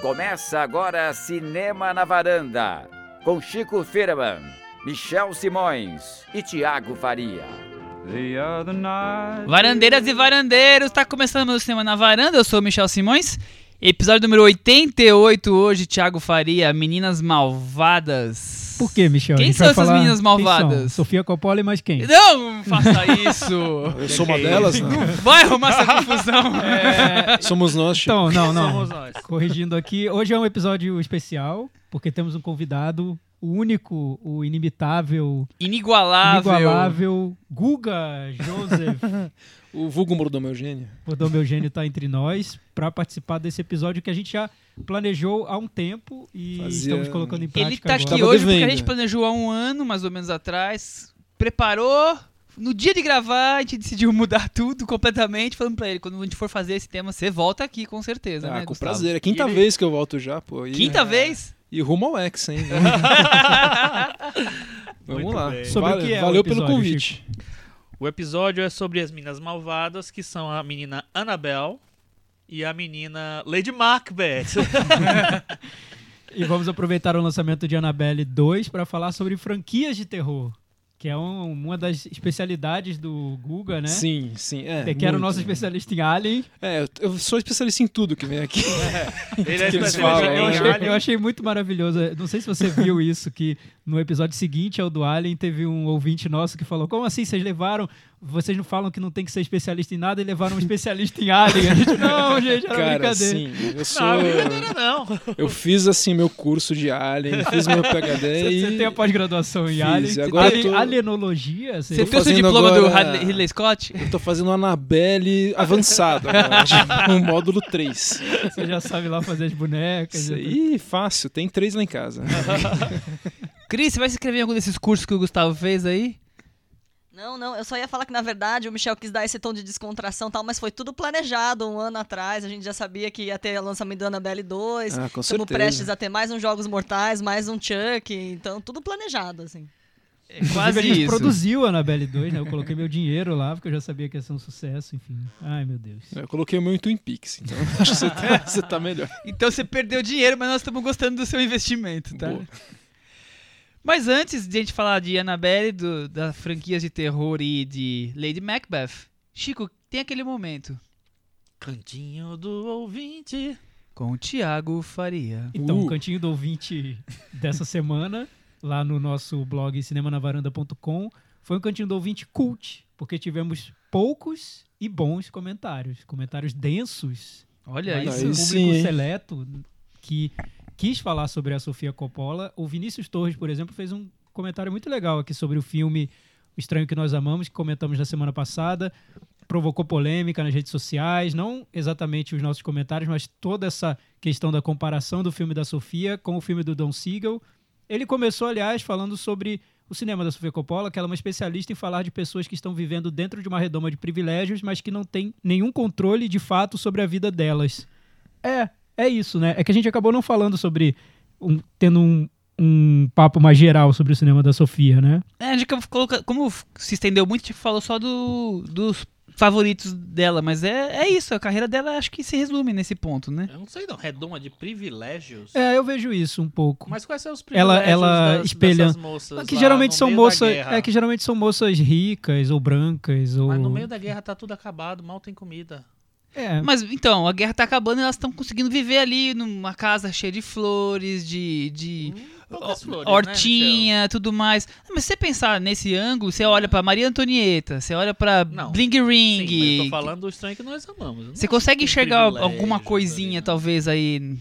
Começa agora Cinema na Varanda, com Chico Firman, Michel Simões e Tiago Faria. The other night. Varandeiras e varandeiros, tá começando mais o Cinema na Varanda, eu sou o Michel Simões. Episódio número 88 hoje, Thiago Faria, Meninas Malvadas. Por que, Michel? Quem A gente são vai essas falar- meninas quem malvadas? são? Sofia Coppola e mais quem? Não, não faça isso. Eu sou uma delas, né? Vai arrumar essa confusão. É. É. Somos nós, Chico. Então, não, não. Somos nós. Corrigindo aqui, hoje é um episódio especial, porque temos um convidado, o único, o inimitável, Inigualável. inigualável, Guga Joseph tipo, O vulgo Mordomo Eugênio. Bordão Eugênio está entre nós para participar desse episódio que a gente já planejou há um tempo e Fazia- estamos colocando em prática Ele tá aqui agora. Tava hoje porque a devendo. gente planejou há um ano, mais ou menos atrás. Preparou. No dia de gravar, a gente decidiu mudar tudo completamente. Falando pra ele, quando a gente for fazer esse tema, você volta aqui, com certeza, Ah, né, com Gustavo? prazer. É a quinta E ele- vez que eu volto já, pô. E, Quinta vez? E rumo ao ex, hein? né? Vamos Muito lá. bem. Sobre o que é o Valeu pelo episódio, convite. O episódio é sobre as meninas malvadas, que são a menina Annabelle e a menina Lady Macbeth. E vamos aproveitar o lançamento de Annabelle 2 para falar sobre franquias de terror, que é um- uma das especialidades do Guga, né? Sim, sim. É, Que era o muito. nosso especialista em Alien. É, eu- eu sou especialista em tudo que vem aqui. Ele é Que eles especialista falam, em Eu né? achei, Alien. eu achei muito maravilhoso. É, Não sei se você viu isso, que no episódio seguinte ao do Alien, teve um ouvinte nosso que falou: Como assim? Vocês levaram. Vocês não falam que não tem que ser especialista em nada e levaram um especialista em Alien. A gente, não, gente, era Cara, brincadeira. sim. Eu sou. Ah, Não, brincadeira não. Eu fiz assim meu curso de Alien, fiz meu PHD Você, e. você tem a pós-graduação em Fiz, Alien? e Você agora tem eu tô- alienologia? Você- Você Tô fez o fazendo diploma do agora- Hadley- Ridley Scott? Eu tô fazendo Anabelle avançado agora, tipo, um módulo 3. Você já sabe lá fazer as bonecas. já Isso tá- aí, fácil, tem três lá em casa. Cris, você vai se inscrever em algum desses cursos que o Gustavo fez aí? Não, não, eu só ia falar que na verdade o Michel quis dar esse tom de descontração e tal, mas foi tudo planejado um ano atrás. A gente já sabia que ia ter o lançamento do Annabelle 2. Ah, com Estamos certeza. prestes a ter mais uns Jogos Mortais, mais um Chuck, então tudo planejado, assim. É Inclusive, quase a gente isso. produziu a Annabelle 2, né? Eu coloquei meu dinheiro lá, porque eu já sabia que ia ser um sucesso, enfim. Ai, meu Deus. Eu coloquei o meu em Twin Peaks, então acho que você tá, você tá melhor. Então você perdeu dinheiro, mas nós estamos gostando do seu investimento, tá? Boa. Mas antes de a gente falar de Annabelle, do, da franquia de terror e de Lady Macbeth, Chico, tem aquele momento Cantinho do ouvinte. com o Thiago Faria. Então, Uh. o cantinho do ouvinte dessa semana, lá no nosso blog cinemanavaranda.com, foi um cantinho do ouvinte cult, porque tivemos poucos e bons comentários. Comentários densos, Olha isso. mas um aí público sim, hein? seleto que quis falar sobre a Sofia Coppola. O Vinícius Torres, por exemplo, fez um comentário muito legal aqui sobre o filme O Estranho que Nós Amamos, que comentamos na semana passada. Provocou polêmica nas redes sociais, não exatamente os nossos comentários, mas toda essa questão da comparação do filme da Sofia com o filme do Don Siegel. Ele começou, aliás, falando sobre o cinema da Sofia Coppola, que ela é uma especialista em falar de pessoas que estão vivendo dentro de uma redoma de privilégios, mas que não tem nenhum controle de fato sobre a vida delas. É, é isso, né? É que a gente acabou não falando sobre. um- tendo um, um papo mais geral sobre o cinema da Sofia, né? É, a gente acabou coloca- como f- se estendeu muito, a gente falou só do- dos favoritos dela, mas é, é isso, a carreira dela acho que se resume nesse ponto, né? Eu não sei não, redoma de privilégios. É, eu vejo isso um pouco. Mas quais são os Ela- privilégios ela das, espelha- É dessas moças? que lá geralmente no são meio da moças. guerra? É que geralmente são moças ricas ou brancas ou. Mas no meio da guerra tá tudo acabado, mal tem comida. É, Mas então, a guerra tá acabando e elas estão conseguindo viver ali numa casa cheia de flores, de, de Poucas ho- Um flores, né, hortinha, tudo mais. Ah, Mas se você pensar nesse ângulo, você olha pra Maria Antonieta, você olha pra Hum. Não. Bling Michel? Ring. Sim, mas eu tô falando do estranho que nós amamos. né? Eu Você não acho que consegue tem enxergar privilégios alguma ali, coisinha, né? talvez, aí.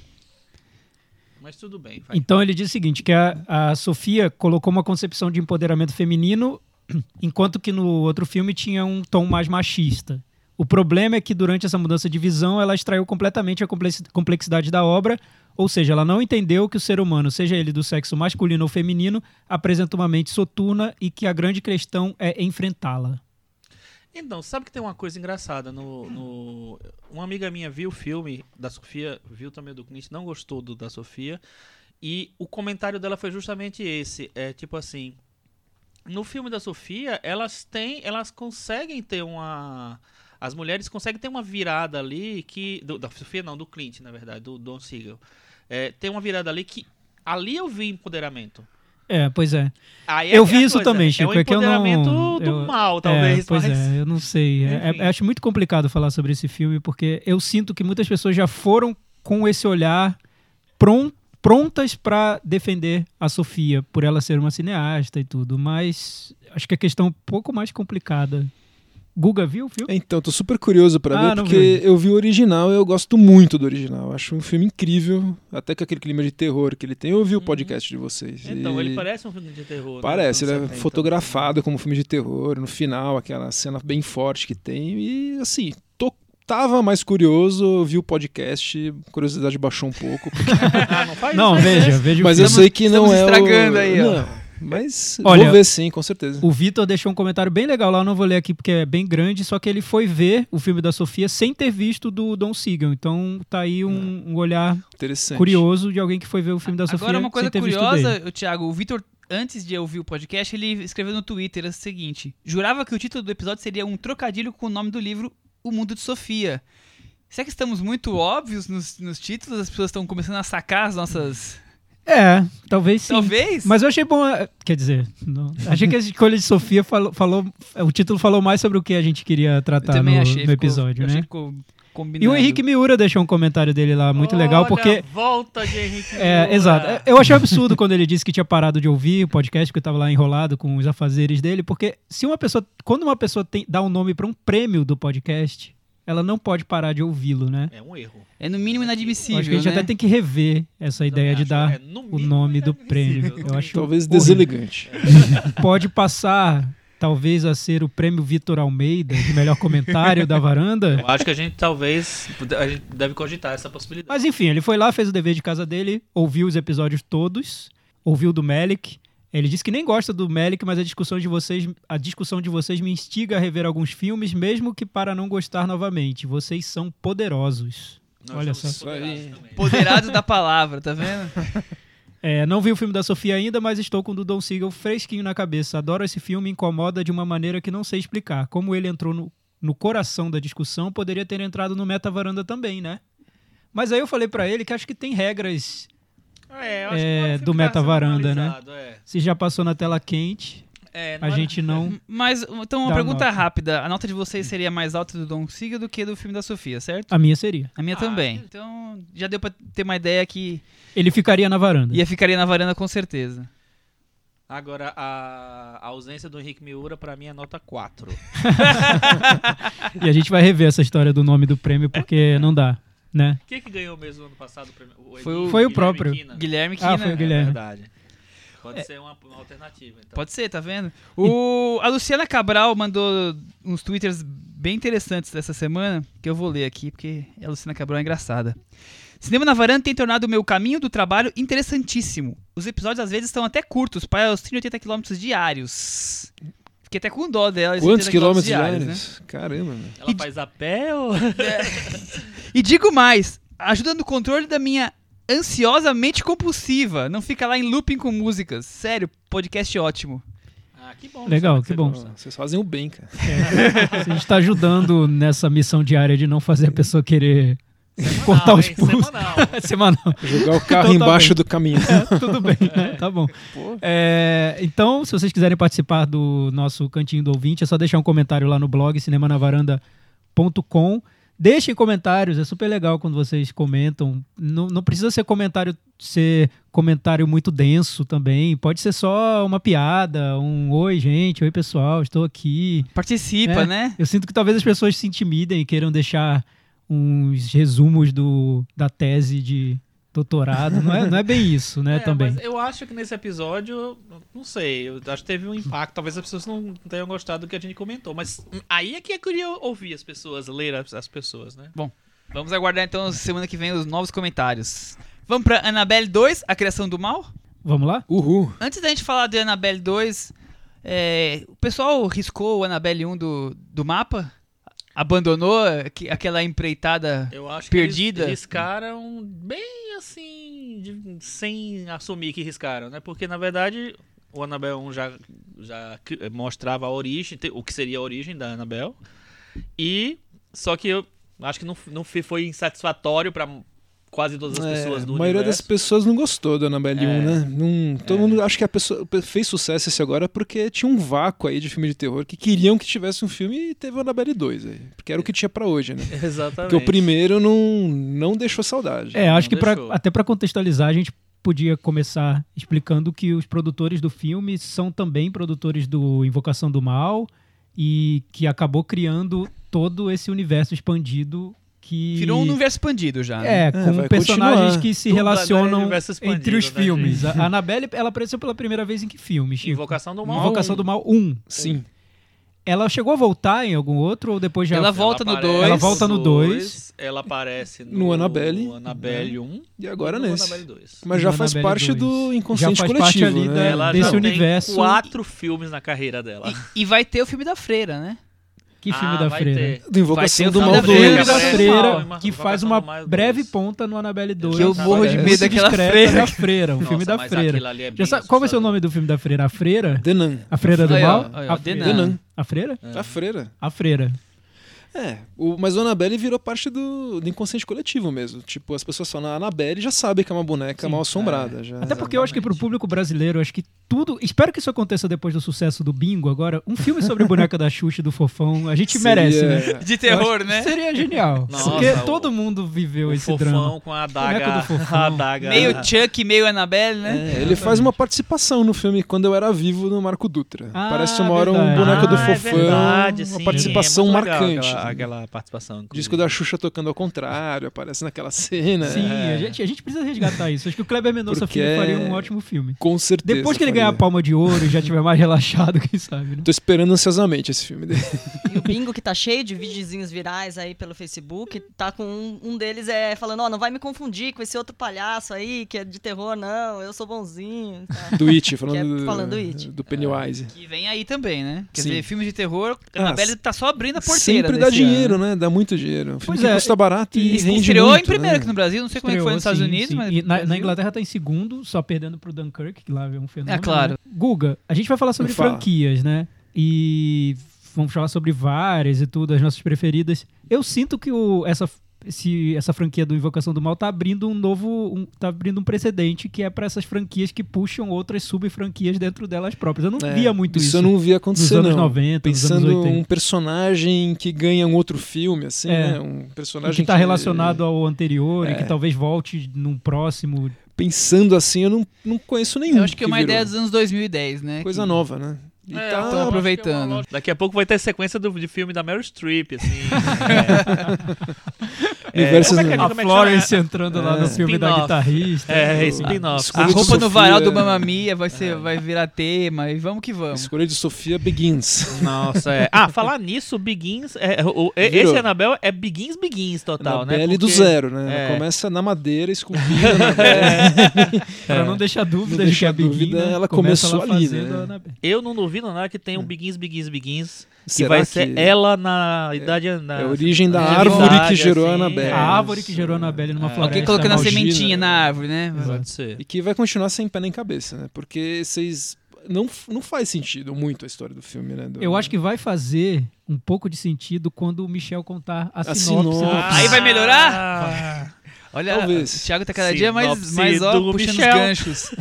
Mas tudo bem, vai. Então ele diz o seguinte, que a, a Sofia colocou uma concepção de empoderamento feminino, enquanto que no outro filme tinha um tom mais machista. O problema é que durante essa mudança de visão ela extraiu completamente a complex- complexidade da obra, ou seja, ela não entendeu que o ser humano, seja ele do sexo masculino ou feminino, apresenta uma mente soturna e que a grande questão é enfrentá-la. Então, sabe que tem uma coisa engraçada no, no- Uma amiga minha viu o filme da Sofia, viu também o do Clint, não gostou do da Sofia. E o comentário dela foi justamente esse. É tipo assim. No filme da Sofia, elas têm. Elas conseguem ter uma. As mulheres conseguem ter uma virada ali que. do- da Sofia, não, do Clint, na verdade, do Don Siegel. É, tem uma virada ali que. Ali eu vi empoderamento. É, pois é. Aí é Eu que é vi a isso coisa, também, Chico. É um que eu não. empoderamento do eu- mal, talvez. É, pois mas... é, eu não sei. É- Enfim. é- acho muito complicado falar sobre esse filme, porque eu sinto que muitas pessoas já foram com esse olhar pron- prontas para defender a Sofia, por ela ser uma cineasta e tudo, mas acho que a questão é um pouco mais complicada. Guga viu o filme? Então, tô super curioso pra Ah, ver, não porque eu vi o original e eu gosto muito do original. Acho um filme incrível, até com aquele clima de terror que ele tem. Eu ouvi o podcast de vocês. Então, e- ele parece um filme de terror. Parece, né? né? Então, Fotografado como filme de terror, no final, aquela cena bem forte que tem. E assim, tô- tava mais curioso, vi o podcast, curiosidade baixou um pouco. porque- Ah, não faz Não, isso, né? veja, veja o mas filme. eu sei que não estamos é. estragando o... aí, ó. Não, mas Olha, vou ver sim, com certeza. O Vitor deixou um comentário bem legal lá, eu não vou ler aqui porque é bem grande, só que ele foi ver o filme da Sofia sem ter visto do Don Siegel. Então tá aí Hum. um, um olhar Interessante. curioso de alguém que foi ver o filme da Sofia. Agora, é uma coisa sem ter visto o dele. curiosa, o Thiago, o Vitor, antes de eu ouvir o podcast, ele escreveu no Twitter o seguinte: jurava que o título do episódio seria um trocadilho com o nome do livro O Mundo de Sofia. Será que estamos muito óbvios nos, nos títulos? As pessoas estão começando a sacar as nossas. É, talvez sim. Talvez? Mas eu achei bom. eh, Quer dizer, não- achei que a escolha de Sofia falou, falou- O título falou mais sobre o que a gente queria eu tratar também tá no, achei. no ficou- episódio, eu achei né? que ficou combinado. E o Henrique Miura deixou um comentário dele lá muito Olha legal, a porque. Volta de Henrique. É, Moura. exato. É, Eu achei um absurdo quando ele disse que tinha parado de ouvir o podcast, porque eu tava lá enrolado com os afazeres dele, porque se uma pessoa. Quando uma pessoa tem- dá um nome pra um prêmio do podcast, ela não pode parar de ouvi-lo, né? É um erro. É no mínimo Eu inadmissível. acho que a gente né? até tem que rever essa ideia de dar é, o nome do prêmio. né? Eu acho Talvez horrível. deselegante. pode passar, talvez, a ser o prêmio Vitor Almeida de melhor comentário da varanda. Eu acho que a gente talvez a gente deve cogitar essa possibilidade. Mas enfim, ele foi lá, fez o dever de casa dele, ouviu os episódios todos, ouviu o do Melick. Ele disse que nem gosta do Melick, mas a discussão de vocês, a discussão de vocês me instiga a rever alguns filmes, mesmo que para não gostar novamente. Vocês são poderosos. olha somos só. poderosos Isso aí. também. Poderado da palavra, tá vendo? É, não vi o filme da Sofia ainda, mas estou com o do Don Siegel fresquinho na cabeça. Adoro esse filme, incomoda de uma maneira que não sei explicar. Como ele entrou no, no coração da discussão, poderia ter entrado no Meta Varanda também, né? Mas aí eu falei pra ele que acho que tem regras. É, eu acho que É, agora o do filme tá Meta Varanda, né? racionalizado, é. Se já passou na tela quente, É, não a era- gente não. Mas, então, uma Dá pergunta nota. rápida. A nota de vocês seria mais alta do Don Siga do que do filme da Sofia, certo? A minha seria. A minha Ah, também. que- Então, já deu pra ter uma ideia que Ele ficaria na varanda. ia ficaria na varanda com certeza. Agora, a a ausência do Henrique Miura, pra mim, é nota 4. E a gente vai rever essa história do nome do prêmio, porque não dá, né? Quem é que ganhou mesmo ano passado? o prêmio? Foi Henrique o- Foi o Guilherme próprio. É. Quina? Guilherme Kina. Ah, foi o É Guilherme. verdade. Pode ser uma, uma alternativa, então. Pode ser, tá vendo? O, a Luciana Cabral mandou uns twitters bem interessantes dessa semana, que eu vou ler aqui, porque a Luciana Cabral é engraçada. Cinema na Varanda tem tornado o meu caminho do trabalho interessantíssimo. Os episódios às vezes são até curtos, para os 180 km diários. Fiquei até com dó dela. esses Quantos 180 quilômetros diários, né? diários? Caramba, né? Ela faz a pé ou... E digo mais, ajuda no controle da minha ansiosa mente compulsiva. Não fica lá em looping com músicas. Sério, podcast ótimo. Ah, que bom. Legal, sabe que você bom. gosta. Vocês fazem o bem, cara. A gente tá ajudando nessa missão diária de não fazer a pessoa querer cortar Não, os hein, pulsos. Ah, É semanal. Semanal. Jogar o carro Então tá embaixo bem. do caminhão. Tudo bem, né? Tá bom. É, então, se vocês quiserem participar do nosso cantinho do ouvinte, é só deixar um comentário lá no blog cinemanavaranda.com. Deixem comentários, é super legal quando vocês comentam. Não, não precisa ser comentário ser comentário muito denso também. Pode ser só uma piada, um oi, gente, oi pessoal, estou aqui. Participa, É. né? Eu sinto que talvez as pessoas se intimidem e queiram deixar uns resumos do, da tese de doutorado. Não é, não é bem isso, né? É, também. mas eu acho que nesse episódio, não sei, eu acho que teve um impacto. Talvez as pessoas não tenham gostado do que a gente comentou, mas aí é que eu queria ouvir as pessoas, ler as, as pessoas, né? Vamos aguardar então semana que vem os novos comentários. Vamos pra Annabelle 2, a criação do mal? Vamos lá? Uhul. Antes da gente falar de Annabelle 2, é, o pessoal riscou o Annabelle 1 do, do mapa? Abandonou aqu- aquela empreitada? Eu acho Perdida? que eles riscaram bem assim, de- sem assumir que riscaram, né? Porque na verdade o Anabel 1 já, já cri- mostrava a origem, te- o que seria a origem da Anabel. E Só que eu acho que não, não fi- foi insatisfatório pra quase todas as É, pessoas do a maioria das universo. pessoas não gostou do Annabelle É. 1, né? Não, todo mundo acha que a pessoa fez sucesso esse agora porque tinha um vácuo aí de filme de terror que queriam que tivesse um filme e teve o Annabelle 2 aí. Porque era o que tinha pra hoje, né? Exatamente. Porque o primeiro não, não deixou saudade. É, acho que pra- deixou. até para contextualizar, a gente podia começar explicando que os produtores do filme são também produtores do Invocação do Mal e que acabou criando todo esse universo expandido que Virou um universo expandido já. né? é, com vai personagens continuar. que se Tudo agora é relacionam universo expandido, entre os né, filmes. gente? A Annabelle, ela apareceu pela primeira vez em que filme, Chico? Invocação do Mal. um. Invocação do Mal 1. Sim. Ela chegou a voltar em algum outro ou depois já Ela volta no aparece dois. Ela volta no dois. Ela aparece no, No Annabelle. no Annabelle 1. E agora no nesse. Annabelle 2. Mas já No faz Annabelle parte 2. do Já inconsciente faz parte coletivo, ali né? da- Ela desse já universo- tem quatro filmes na carreira dela. E, e vai ter o filme da Freira, né? Que filme Ah, da vai Freira? ter. Do Invocação Vai ter do o filme Mal da 2. Freira, Freira, da Freira, Freira, uma- que faz invocação uma do mal dois. breve ponta no Annabelle 2. Que eu morro de Parece. medo daquela Discreta Freira. da Freira, o Nossa, Um filme da mas Freira. aquilo ali é Já bem sabe, qual vai ser o assustador. nome do filme da Freira? A Freira? Denan. A Freira do Aí, ó, Mal? aí, ó, A The Freira? Nun. Denan. A Freira? A freira. A Freira. É, o, mas o Annabelle virou parte do, do inconsciente coletivo mesmo. Tipo, as pessoas falam, a Annabelle já sabe que é uma boneca mal assombrada. Já. é. Até porque eu acho que pro público brasileiro, acho que tudo. Espero que isso aconteça depois do sucesso do Bingo agora. Um filme sobre a boneca da Xuxa e do Fofão, a gente Seria- merece, né? De Eu terror, acho- né? Seria genial. Nossa, porque o- todo mundo viveu O esse fofão drama. com a Boneco adaga. do fofão. A adaga. Meio tipo Chuck, meio Annabelle, né? É, ele faz uma participação no filme Quando Eu Era Vivo no Marco Dutra. Ah, Parece uma hora um verdade. boneco do Ah, é fofão. verdade, uma sim, participação é muito legal marcante. Aquela, aquela participação. O disco da Xuxa tocando ao contrário, aparece naquela cena. né? Sim, a, gente, a gente precisa resgatar isso. Acho que o Kleber Mendonça Porque Filho faria é- um ótimo filme. Com certeza. Depois que ele faria. ganhar a palma de ouro e já tiver mais relaxado, quem sabe, né? Tô esperando ansiosamente esse filme dele. E o bingo que tá cheio de videozinhos virais aí pelo Facebook, tá com um, um deles é falando, ó, não vai me confundir com esse outro palhaço aí, que é de terror, não, eu sou bonzinho. tá? Do It, falando, Que é- do, falando do It. do Pennywise. É. Que vem aí também, né? Quer Sim. dizer, filme de terror, Ah, Annabelle tá só abrindo É a porteira. Sempre dá desse ano. dinheiro, né? Dá muito dinheiro. Um filme Pois que é, custa barato e, E rende estreou muito, em primeiro né? aqui no Brasil, não sei como é que foi nos Estreou, Estados sim, Unidos, sim. mas. É E na, na Brasil- Inglaterra tá em segundo, só perdendo pro Dunkirk, que lá é um fenômeno. É, claro. né? Guga, a gente vai falar sobre Fala. franquias, né? E vamos falar sobre várias e tudo, as nossas preferidas. Eu sinto que o- essa, esse- essa franquia do Invocação do Mal tá abrindo um novo. Um, tá abrindo um precedente que é para essas franquias que puxam outras sub-franquias dentro delas próprias. Eu não É, via muito isso. eu não via nos acontecer, anos não. 90, Pensando nos anos 80. um personagem que ganha um outro filme, assim, É. né? Um E personagem que está relacionado ao anterior e É. que talvez volte num próximo. Pensando assim, eu não, não conheço nenhum. Eu acho que é uma virou. ideia dos anos 2010, né? Coisa que nova, né? E É, tá- eu Estão acho aproveitando. Daqui a pouco vai ter sequência do, de filme da Meryl Streep, assim. é, Universos como é que é, não- A como é que chama? Florence entrando lá no filme da Spin-off. guitarrista. É, Ah, A desculpa. spin-off. Escolha de roupa no Sofia. varal do Mamma Mia vai, ser, vai virar tema e vamos que vamos. Escolha de Sofia Begins. Nossa, é. Ah, falar nisso, Begins. É, o- o- e- Virou. esse Anabel é Begins Begins total, né? Annabelle do Porque- zero, né? Ela é. Começa na madeira, esculpida. né? Pra não deixar dúvida Não de deixar que a Begin, dúvida, né, ela começa começou lá ali, fazendo né? a Annabelle. Eu não duvido nada que Hum. tenha um Begins Begins Begins. Que Será vai ser que ela na idade. na- É a origem da na árvore que antiguidade, gerou a assim, Annabelle. é. A árvore que gerou a Annabelle numa É. floresta. Alguém colocando a Imagina, sementinha né? na árvore, né? Pode ser. E que vai continuar sem pé nem cabeça, né? Porque vocês. Não, não faz sentido muito a história do filme, né? Do- Eu acho que vai fazer um pouco de sentido quando o Michel contar a, A sinopse. do sinopse. Aí vai melhorar? Ah, Olha, Talvez. o Thiago tá cada dia mais, Sinopse mais ó, do puxando os Michel. ganchos.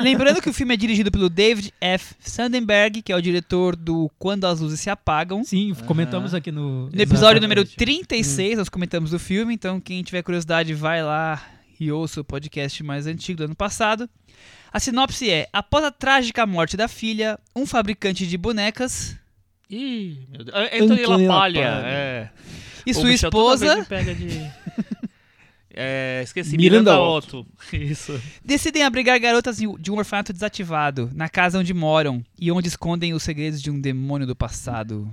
É, Lembrando que o filme é dirigido pelo David F. Sandenberg, que é o diretor do Quando as Luzes Se Apagam. Sim, comentamos aqui no. No episódio número Exatamente. 36, nós comentamos do filme, então quem tiver curiosidade, vai lá e ouça o podcast mais antigo do ano passado. A sinopse é: após a trágica morte da filha, um fabricante de bonecas Ih, meu Deus. Ah, Anthony Anthony Lapalha. Lapalha. É. e O sua Michel toda vez esposa me pega de- É, esqueci, Miranda Miranda, Otto. Isso. decidem abrigar garotas de de um orfanato desativado, na casa onde moram e onde escondem os segredos de um demônio do passado.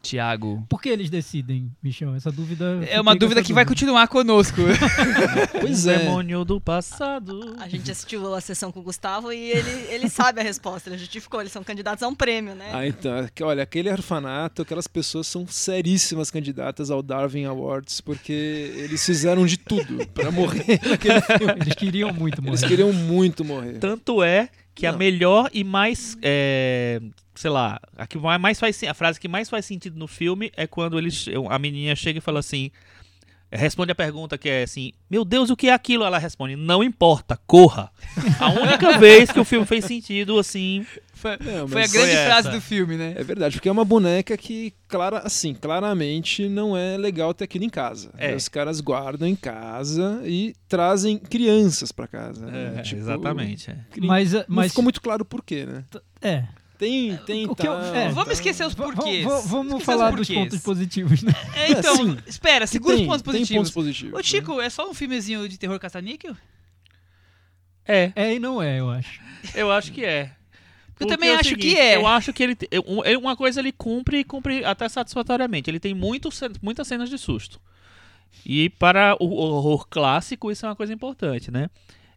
Tiago. Por que eles decidem, Michel? Essa dúvida. É uma fiquei com dúvida essa que vai continuar conosco. Pois Um é. Demônio do passado. A gente assistiu a sessão com o Gustavo e ele, ele sabe a resposta, ele justificou, eles são candidatos a um prêmio, né? Ah, então. é que, Olha, aquele orfanato, aquelas pessoas são seríssimas candidatas ao Darwin Awards, porque eles fizeram de tudo pra morrer naquele filme. Eles queriam muito Eles morrer. Tá, queriam muito morrer. Tanto é que a Não. melhor e mais é, sei lá, a, que vai- mais faz, sen- a frase que mais faz sentido no filme é quando eles, a menininha chega e fala assim, responde a pergunta que é assim, meu Deus, o que é aquilo? Ela responde, não importa, corra. A única vez que o filme fez sentido, assim, Foi, Não, foi a mas- grande Foi frase essa. do filme, né? É verdade, porque é uma boneca que, clara, assim, claramente não é legal ter aquilo em casa. É. Os caras guardam em casa e trazem crianças pra casa. né? é, Tipo, exatamente. é. Mas, Não mas ficou muito claro por quê, né? é. Tem, tem, o que eu- tal, Tá. é, tal. Vamos esquecer os porquês. Va- va- Esquecer vamos os falar dos porquês. pontos positivos, né? É, então, assim, espera, Que segura tem, os pontos Tem pontos positivos. positivos. Ô, Chico, é só um filmezinho de terror caça-níquel? É, É e não é, eu acho. eu acho que é. Eu Porque também é o acho seguinte, que é. Eu acho que ele. te- eu- um- ele- Uma coisa ele cumpre e cumpre até satisfatoriamente. Ele tem muito, ce- muitas cenas de susto. E para o horror clássico, isso é uma coisa importante, né?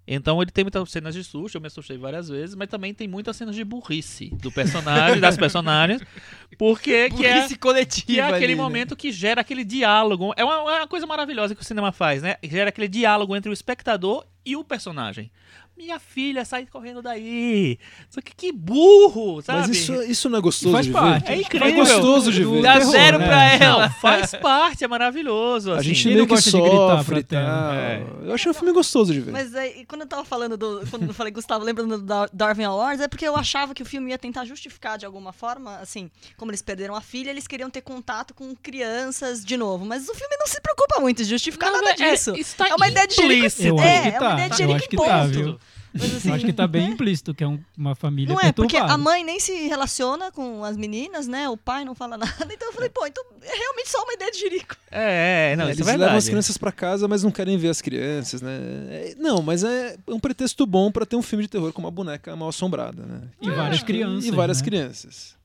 Então ele tem muitas cenas de susto, eu me assustei várias vezes, mas também tem muitas cenas de burrice do personagem, das personagens. Porque que é, Burrice coletiva. que é aquele ali, né? momento que gera aquele diálogo. É uma, é uma coisa maravilhosa que o cinema faz, né? Gera aquele diálogo entre o espectador e o personagem. Minha filha, sai correndo daí. Só que que burro, sabe? Mas isso, isso não é gostoso Faz de parte. ver? é É incrível. gostoso de Do- ver. Dá terror, zero né? pra ela. Não, faz parte, é maravilhoso. A assim. gente Quem meio não que gosta de gritar pra sofre e tela? tal. É. Eu achei um filme gostoso de ver. Mas aí, quando eu tava falando do. Quando eu falei, Gustavo, lembrando do Dar- Darwin Awards, é porque eu achava que o filme ia tentar justificar de alguma forma, assim, como eles perderam a filha, eles queriam ter contato com crianças de novo. Mas o filme não se preocupa muito em justificar nada é- disso. isso tá É uma ideia de implícito. Eu É, acho é que uma tá. ideia de eu Jerico acho que em tá, ponto. viu? Mas, Eu acho assim, que tá bem implícito que é um- uma família Não é, porque perturbada. a mãe nem se relaciona com as meninas, né? O pai não fala nada. Então eu falei, pô, então é realmente só uma ideia de jirico. É, é, não, É, isso é eles levam as verdade. crianças pra casa, mas não querem ver as crianças, né? É, não, mas é um pretexto bom pra ter um filme de terror com uma boneca mal assombrada, né? E várias crianças. E várias né? crianças.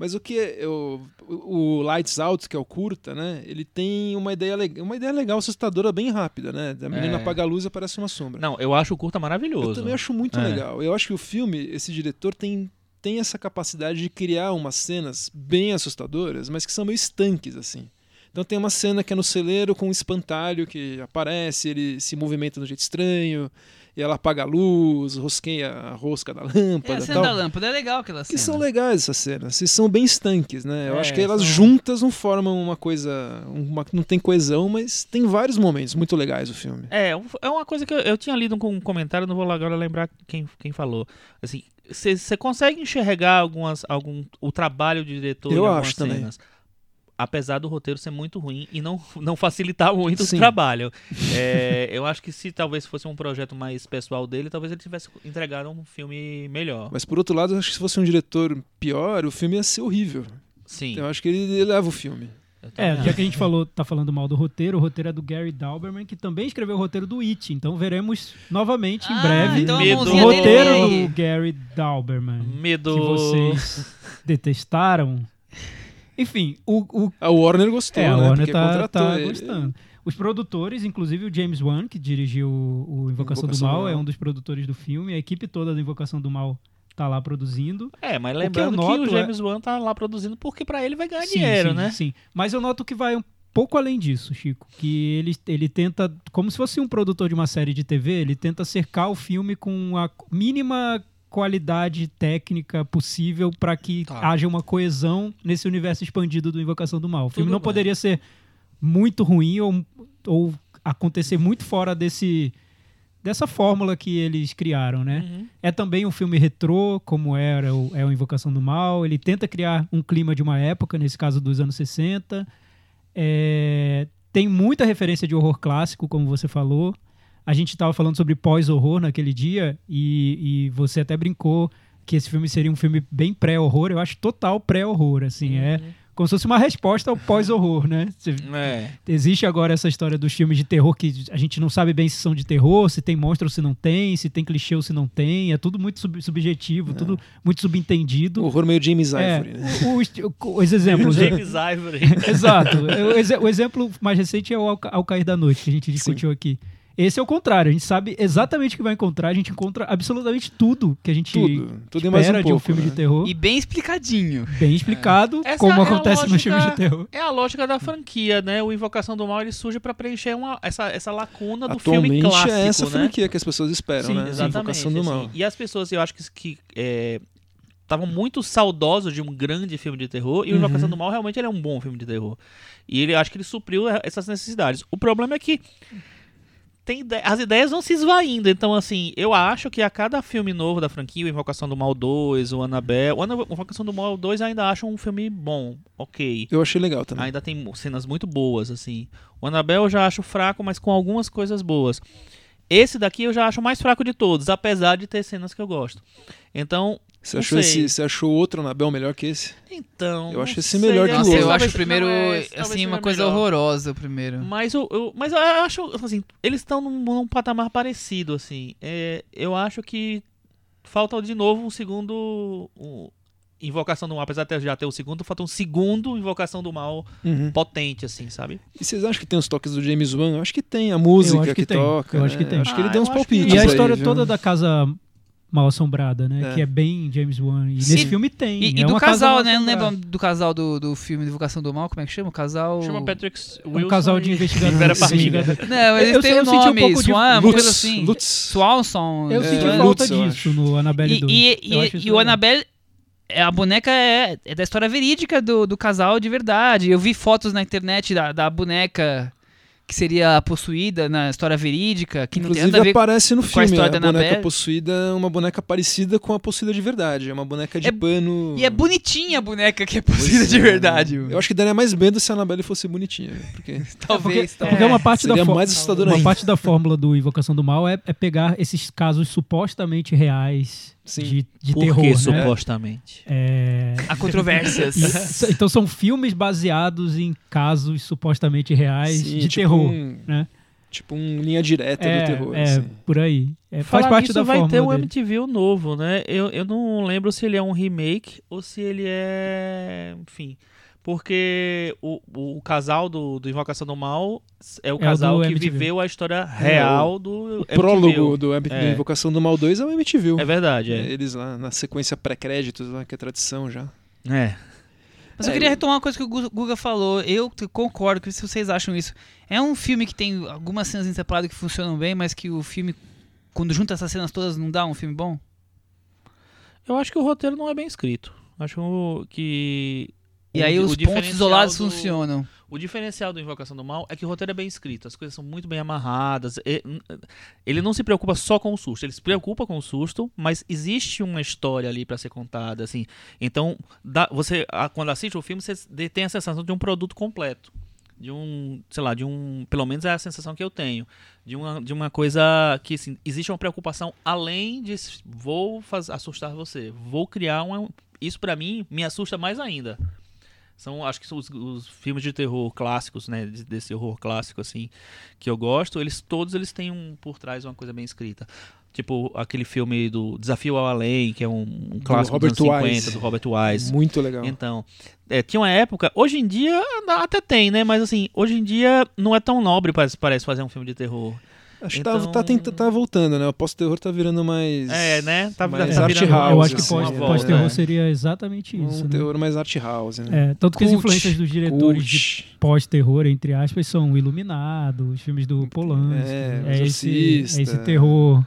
Mas o que eu, o o Lights Out, que é o curta, né? Ele tem uma ideia legal, uma ideia legal, assustadora, bem rápida, né? A menina É. apaga a luz e aparece uma sombra. Não, eu acho o curta maravilhoso. Eu também acho muito É. legal. Eu acho que o filme, esse diretor tem, tem essa capacidade de criar umas cenas bem assustadoras, mas que são meio estanques, assim. Então tem uma cena que é no celeiro com um espantalho que aparece, ele se movimenta de um jeito estranho, e ela apaga a luz, rosqueia a rosca da É, a lâmpada e cena tal. da lâmpada é legal aquela um- Que cena. são legais essas cenas, e são bem estanques, né? Eu É, acho que elas são- juntas não formam uma coisa. uma- não tem coesão, mas tem vários momentos muito legais o filme. É, um- é uma coisa que eu, eu tinha lido com um comentário, não vou agora lembrar quem, quem falou. Assim, você consegue enxergar algumas, algum, o trabalho de diretor em Eu algumas acho também. cenas. Apesar do roteiro ser muito ruim e não, não facilitar muito Sim. o trabalho. É, eu acho que se talvez fosse um projeto mais pessoal dele, talvez ele tivesse entregado um filme melhor. Mas por outro lado, eu acho que se fosse um diretor pior, o filme ia ser horrível. Sim. Eu acho que ele eleva o filme. eu também É, acho. já que a gente falou, tá falando mal do roteiro, o roteiro é do Gary Dauberman, que também escreveu o roteiro do It. Então veremos novamente em Ah, breve então a Medo. o mãozinha dele roteiro aí. do Gary Dauberman, Medo. que vocês detestaram. Enfim, o, o A Warner gostou, é, a né? Warner Porque tá, contratou tá ele. gostando. Os produtores, inclusive o James Wan, que dirigiu o o Invocação, do, Invocação Mal, do Mal. é um dos produtores do filme. A equipe toda do Invocação do Mal tá lá produzindo. É, mas eu lembrando que, noto o é- James Wan tá lá produzindo porque pra ele vai ganhar dinheiro, sim, né? Sim, mas eu noto que vai um pouco além disso, Chico. Que ele, ele tenta, como se fosse um produtor de uma série de TV, ele tenta cercar o filme com a mínima qualidade técnica possível para que Tá. haja uma coesão nesse universo expandido do Invocação do Mal. O filme Tudo não bem. poderia ser muito ruim ou, ou acontecer muito fora desse dessa fórmula que eles criaram, né? Uhum. É também um filme retrô, como era o, é o Invocação do Mal. Ele tenta criar um clima de uma época, nesse caso dos anos 60. É, tem muita referência de horror clássico, como você falou. A gente estava falando sobre pós-horror naquele dia e, e você até brincou que esse filme seria um filme bem pré-horror. Eu acho total pré-horror, assim. É como se fosse uma resposta ao pós-horror, né? Você- É. Existe agora essa história dos filmes de terror que a gente não sabe bem se são de terror, se tem monstro ou se não tem, se tem clichê ou se não tem. É tudo muito sub- subjetivo, tudo muito Um subentendido. horror meio James É, Ivory, né? o- os, os exemplos. James Ivory. Exato. É, O, exe- o exemplo mais recente é o ao, Ca- Ao Cair da Noite, que a gente discutiu aqui. Esse é o contrário, a gente sabe exatamente o que vai encontrar, a gente encontra absolutamente tudo que a gente Tudo. Tudo e mais um espera pouco. de um filme né? de terror. E bem explicadinho. bem explicado, Essa como é a acontece nos lógica- filmes de terror. É a lógica da franquia, né? O Invocação do Mal ele surge pra preencher uma, essa, essa lacuna do filme Atualmente clássico, é essa né? franquia que as pessoas esperam, Sim, né? Exatamente. Invocação do assim. Mal. E as pessoas, eu acho que, que é, estavam muito saudosos de um grande filme de terror e o Uhum. Invocação do Mal realmente ele é um bom filme de terror. E ele acho que ele supriu eh, essas necessidades. O problema é que tem ide- as ideias vão se esvaindo. Então, assim, eu acho que a cada filme novo da franquia, o Invocação do Mal 2, o Annabelle... O Ana- o Invocação do Mal 2 ainda acho um filme bom, ok. Eu achei legal também. Ainda tem mo- cenas muito boas, assim. O Annabelle eu já acho fraco, mas com algumas coisas boas. Esse daqui eu já acho o mais fraco de todos, apesar de ter cenas que eu gosto. Então, Você não achou, sei. esse, você achou outro Anabel melhor que esse? então. Eu não acho esse sei, melhor que não o sei, assim, outro. Eu talvez eu acho o seja primeiro, mais- talvez assim, seja uma coisa melhor. horrorosa, o primeiro. Mas eu, eu- mas eu acho, assim, eles estão num, num patamar parecido, assim. É, eu acho que falta de novo um segundo. um- Invocação do Mal, apesar de já ter o segundo, falta um segundo Invocação do Mal Uhum. potente, assim, sabe? E vocês acham que tem os toques do James Wan? Eu acho que tem a música acho que tem. toca. Eu né? acho que tem. Acho que ele Ah, deu eu uns acho que- palpites. E a aí, história viu? toda da casa mal assombrada, né? É. Que é bem James Wan. E nesse Sim. filme tem. E, é e do uma casa casal, mal né? Não assombrada. lembra do casal do, do filme Invocação do Mal? Como é que chama? O casal. Chama Patrick É Wilson. Um casal de e- investigadores. Vera Sim. Farmiga. Não, eles Eu têm sei, o eu senti um nome, pouco de- Ah, Swan, uma Lutz, coisa assim. Lutz. Swanson. Eu né? senti um É, falta Lutz, eu disso no Annabelle E, 2. e, Eu e- acho e isso o legal. Annabelle, é, a boneca é, é da história verídica do, do casal de verdade. Eu vi fotos na internet da, da boneca que seria a possuída na história verídica, que não tem nada a Inclusive ver aparece no com a filme. é, história da a boneca Annabelle. possuída é uma boneca parecida com a possuída de verdade. É uma boneca de É- pano. E é bonitinha a boneca que é Pois possuída de é, verdade. né? Eu acho que daria mais medo se a Annabelle fosse bonitinha. né? Porque Talvez, Porque é uma parte seria da fórmula. mais assustador Uma ainda. parte da fórmula do Invocação do Mal é, é pegar esses casos supostamente reais Sim. de, de Por terror. que, né? supostamente? É, Há controvérsias. e s- então são filmes baseados em casos supostamente reais Sim, de tipo terror. um- né? Tipo um linha direta É, do terror. é, assim. por aí. É, faz Falar parte nisso, da vai fórmula ter um dele. MTV novo, né? Eu, eu não lembro se ele é um remake ou se ele é. Enfim. Porque o, o casal do, do Invocação do Mal é o o casal do que MTV. viveu a história real do. O MTV. prólogo do, M- do É. Invocação do Mal 2 é o MTV. É verdade, é. Eles lá, na sequência pré-créditos, lá, que é tradição já. É. Mas eu É, queria eu- retomar uma coisa que o Gu- Guga falou. Eu t- concordo que se vocês acham isso. É um filme que tem algumas cenas interpeladas que funcionam bem, mas que o filme, quando junta essas cenas todas, não dá um filme bom? Eu acho que o roteiro não é bem escrito. Acho que. E o aí di- os o pontos diferencial isolados do- funcionam. O diferencial do Invocação do Mal é que o roteiro é bem escrito, as coisas são muito bem amarradas. e- n- Ele não se preocupa só com o susto, ele se preocupa com o susto, mas existe uma história ali pra ser contada, assim. Então, dá- você a- quando assiste o filme, você s- de- tem a sensação de um produto completo, de um, sei lá, de um, pelo menos é a sensação que eu tenho, de uma de uma coisa que assim, existe uma preocupação além de s- vou faz- assustar você, vou criar uma isso pra mim me assusta mais ainda são acho que são os, os filmes de terror clássicos né de- desse horror clássico assim que eu gosto eles todos eles têm um por trás uma coisa bem escrita tipo aquele filme do Desafio ao Além que é um, um clássico Robert dos anos 50 Wise. do Robert Wise Muito legal. então, é, tinha uma época, hoje em dia na- até tem, né? Mas assim, hoje em dia não é tão nobre, parece, parece fazer um filme de terror. Acho que Então- tá, tá, tenta- tá voltando, né? O pós-terror tá virando mais. É, né? Tá- mais tá art virando- house. tipo, Eu acho que assim, pós- né? volta, pós terror é. seria exatamente isso. Um né? terror mais art house, né? É, tanto que as Cult. influências dos diretores de Cult. pós-terror, entre aspas, são Iluminado, os filmes do Polanski. É, É, esse, Exorcista. é esse terror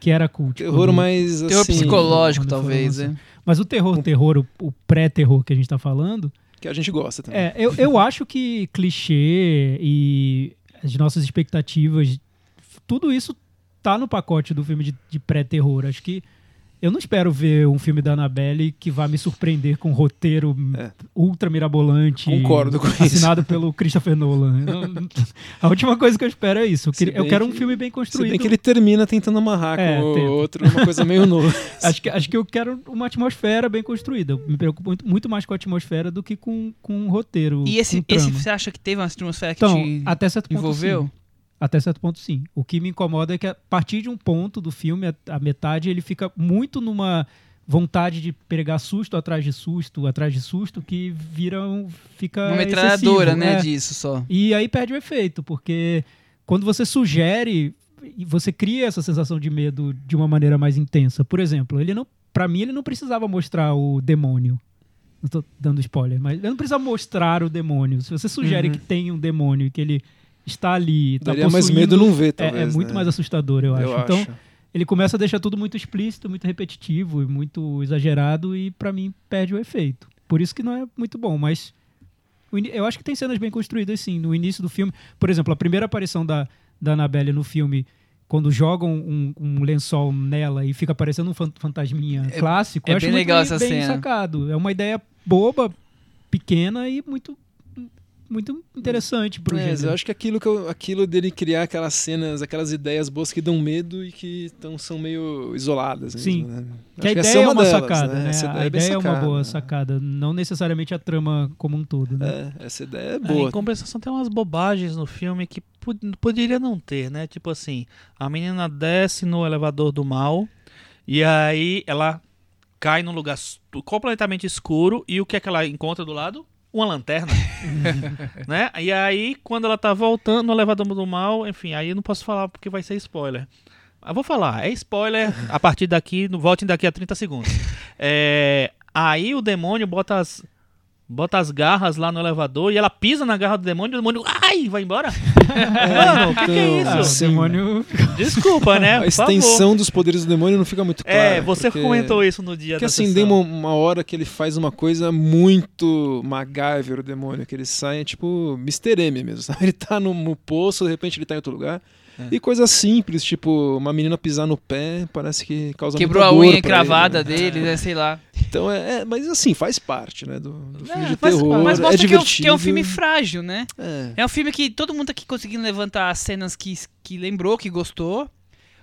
que era culto. Terror mais. Terror assim, psicológico, quando talvez. foi É. né? Mas o terror, terror, o, o pré-terror que a gente tá falando, Que a gente gosta também. é, eu, eu acho que clichê e as nossas expectativas, tudo isso tá no pacote do filme de, de pré-terror. Acho que eu não espero ver um filme da Annabelle que vá me surpreender com um roteiro É. ultra mirabolante. Concordo com isso. Assinado pelo Christopher Nolan. Eu não- a última coisa que eu espero é isso. Eu, Se queria- eu bem quero um que- filme bem Se construído. bem que ele termina tentando amarrar É, com o tenta. outro, uma coisa meio nova. acho, que, acho que eu quero uma atmosfera bem construída. Eu me preocupo muito, muito mais com a atmosfera do que com, com um roteiro. E esse, com trama. esse você acha que teve uma atmosfera que Então, te até certo ponto. envolveu? sim. Até certo ponto, sim. O que me incomoda é que a partir de um ponto do filme, a, a metade, ele fica muito numa vontade de pegar susto atrás de susto, atrás de susto, que vira um, fica Uma metralhadora, excessivo, né, é. disso só. E aí perde o efeito, porque quando você sugere, e você cria essa sensação de medo de uma maneira mais intensa. Por exemplo, ele não, para mim ele não precisava mostrar o demônio. Não tô dando spoiler, mas ele não precisava mostrar o demônio. Se você sugere que tem um demônio e que ele está ali, tá Uhum. Daria mais possuindo, medo não ver, é, talvez. é muito né? mais assustador, eu acho. Eu então, acho. ele começa a deixar tudo muito explícito, muito repetitivo e muito exagerado e pra mim perde o efeito. Por isso que não é muito bom, mas o ini- eu acho que tem cenas bem construídas sim. No início do filme, por exemplo, a primeira aparição da, da Annabelle no filme, quando jogam um, um lençol nela e fica parecendo um fan- fantasminha clássico, é eu acho bem muito legal essa bem cena. sacado. É uma ideia boba, pequena e muito muito interessante pro É, mas eu gênero. acho que aquilo, que eu- aquilo dele criar aquelas cenas, aquelas ideias boas que dão medo e que tão, são meio isoladas mesmo, Sim. né? Que a Acho ideia essa é uma delas, sacada, né? Essa A é bem ideia é uma sacada. boa sacada, não necessariamente a trama como um todo, né? É, essa ideia é É, boa. em compensação, tem umas bobagens no filme que pod- poderia não ter, né? Tipo assim, a menina desce no elevador do mal e aí ela cai num lugar s- completamente escuro e o que é que ela encontra do lado? Uma lanterna, né? E aí, quando ela tá voltando no elevador do mal, enfim, aí eu não posso falar porque vai ser spoiler. Eu vou falar, é spoiler a partir daqui, no- voltem daqui a 30 segundos. É, aí o demônio bota as, bota as garras lá no elevador e ela pisa na garra do demônio e o demônio, ai, vai embora. Mano, o que, que é então, Ah, isso? assim, o demônio é, Desculpa, né? A Por favor. extensão dos poderes do demônio não fica muito clara. É, você porque- comentou isso no dia Porque da assim, tem sessão. uma, uma hora que ele faz uma coisa muito MacGyver, o demônio, que ele sai, é tipo Mr. M mesmo, sabe? Ele tá no, no poço, de repente ele tá em outro lugar. É. E coisas simples, tipo uma menina pisar no pé, parece que causa Quebrou a muita dor unha pra cravada ele, né? dele, né? sei lá. Então, é, é- mas assim, faz parte, né? Do, do filme de mas, terror, mas é mostra que é um- que, divertido. é um filme frágil, né? É. É um filme que todo mundo tá aqui conseguindo levantar as cenas que, que lembrou, que gostou.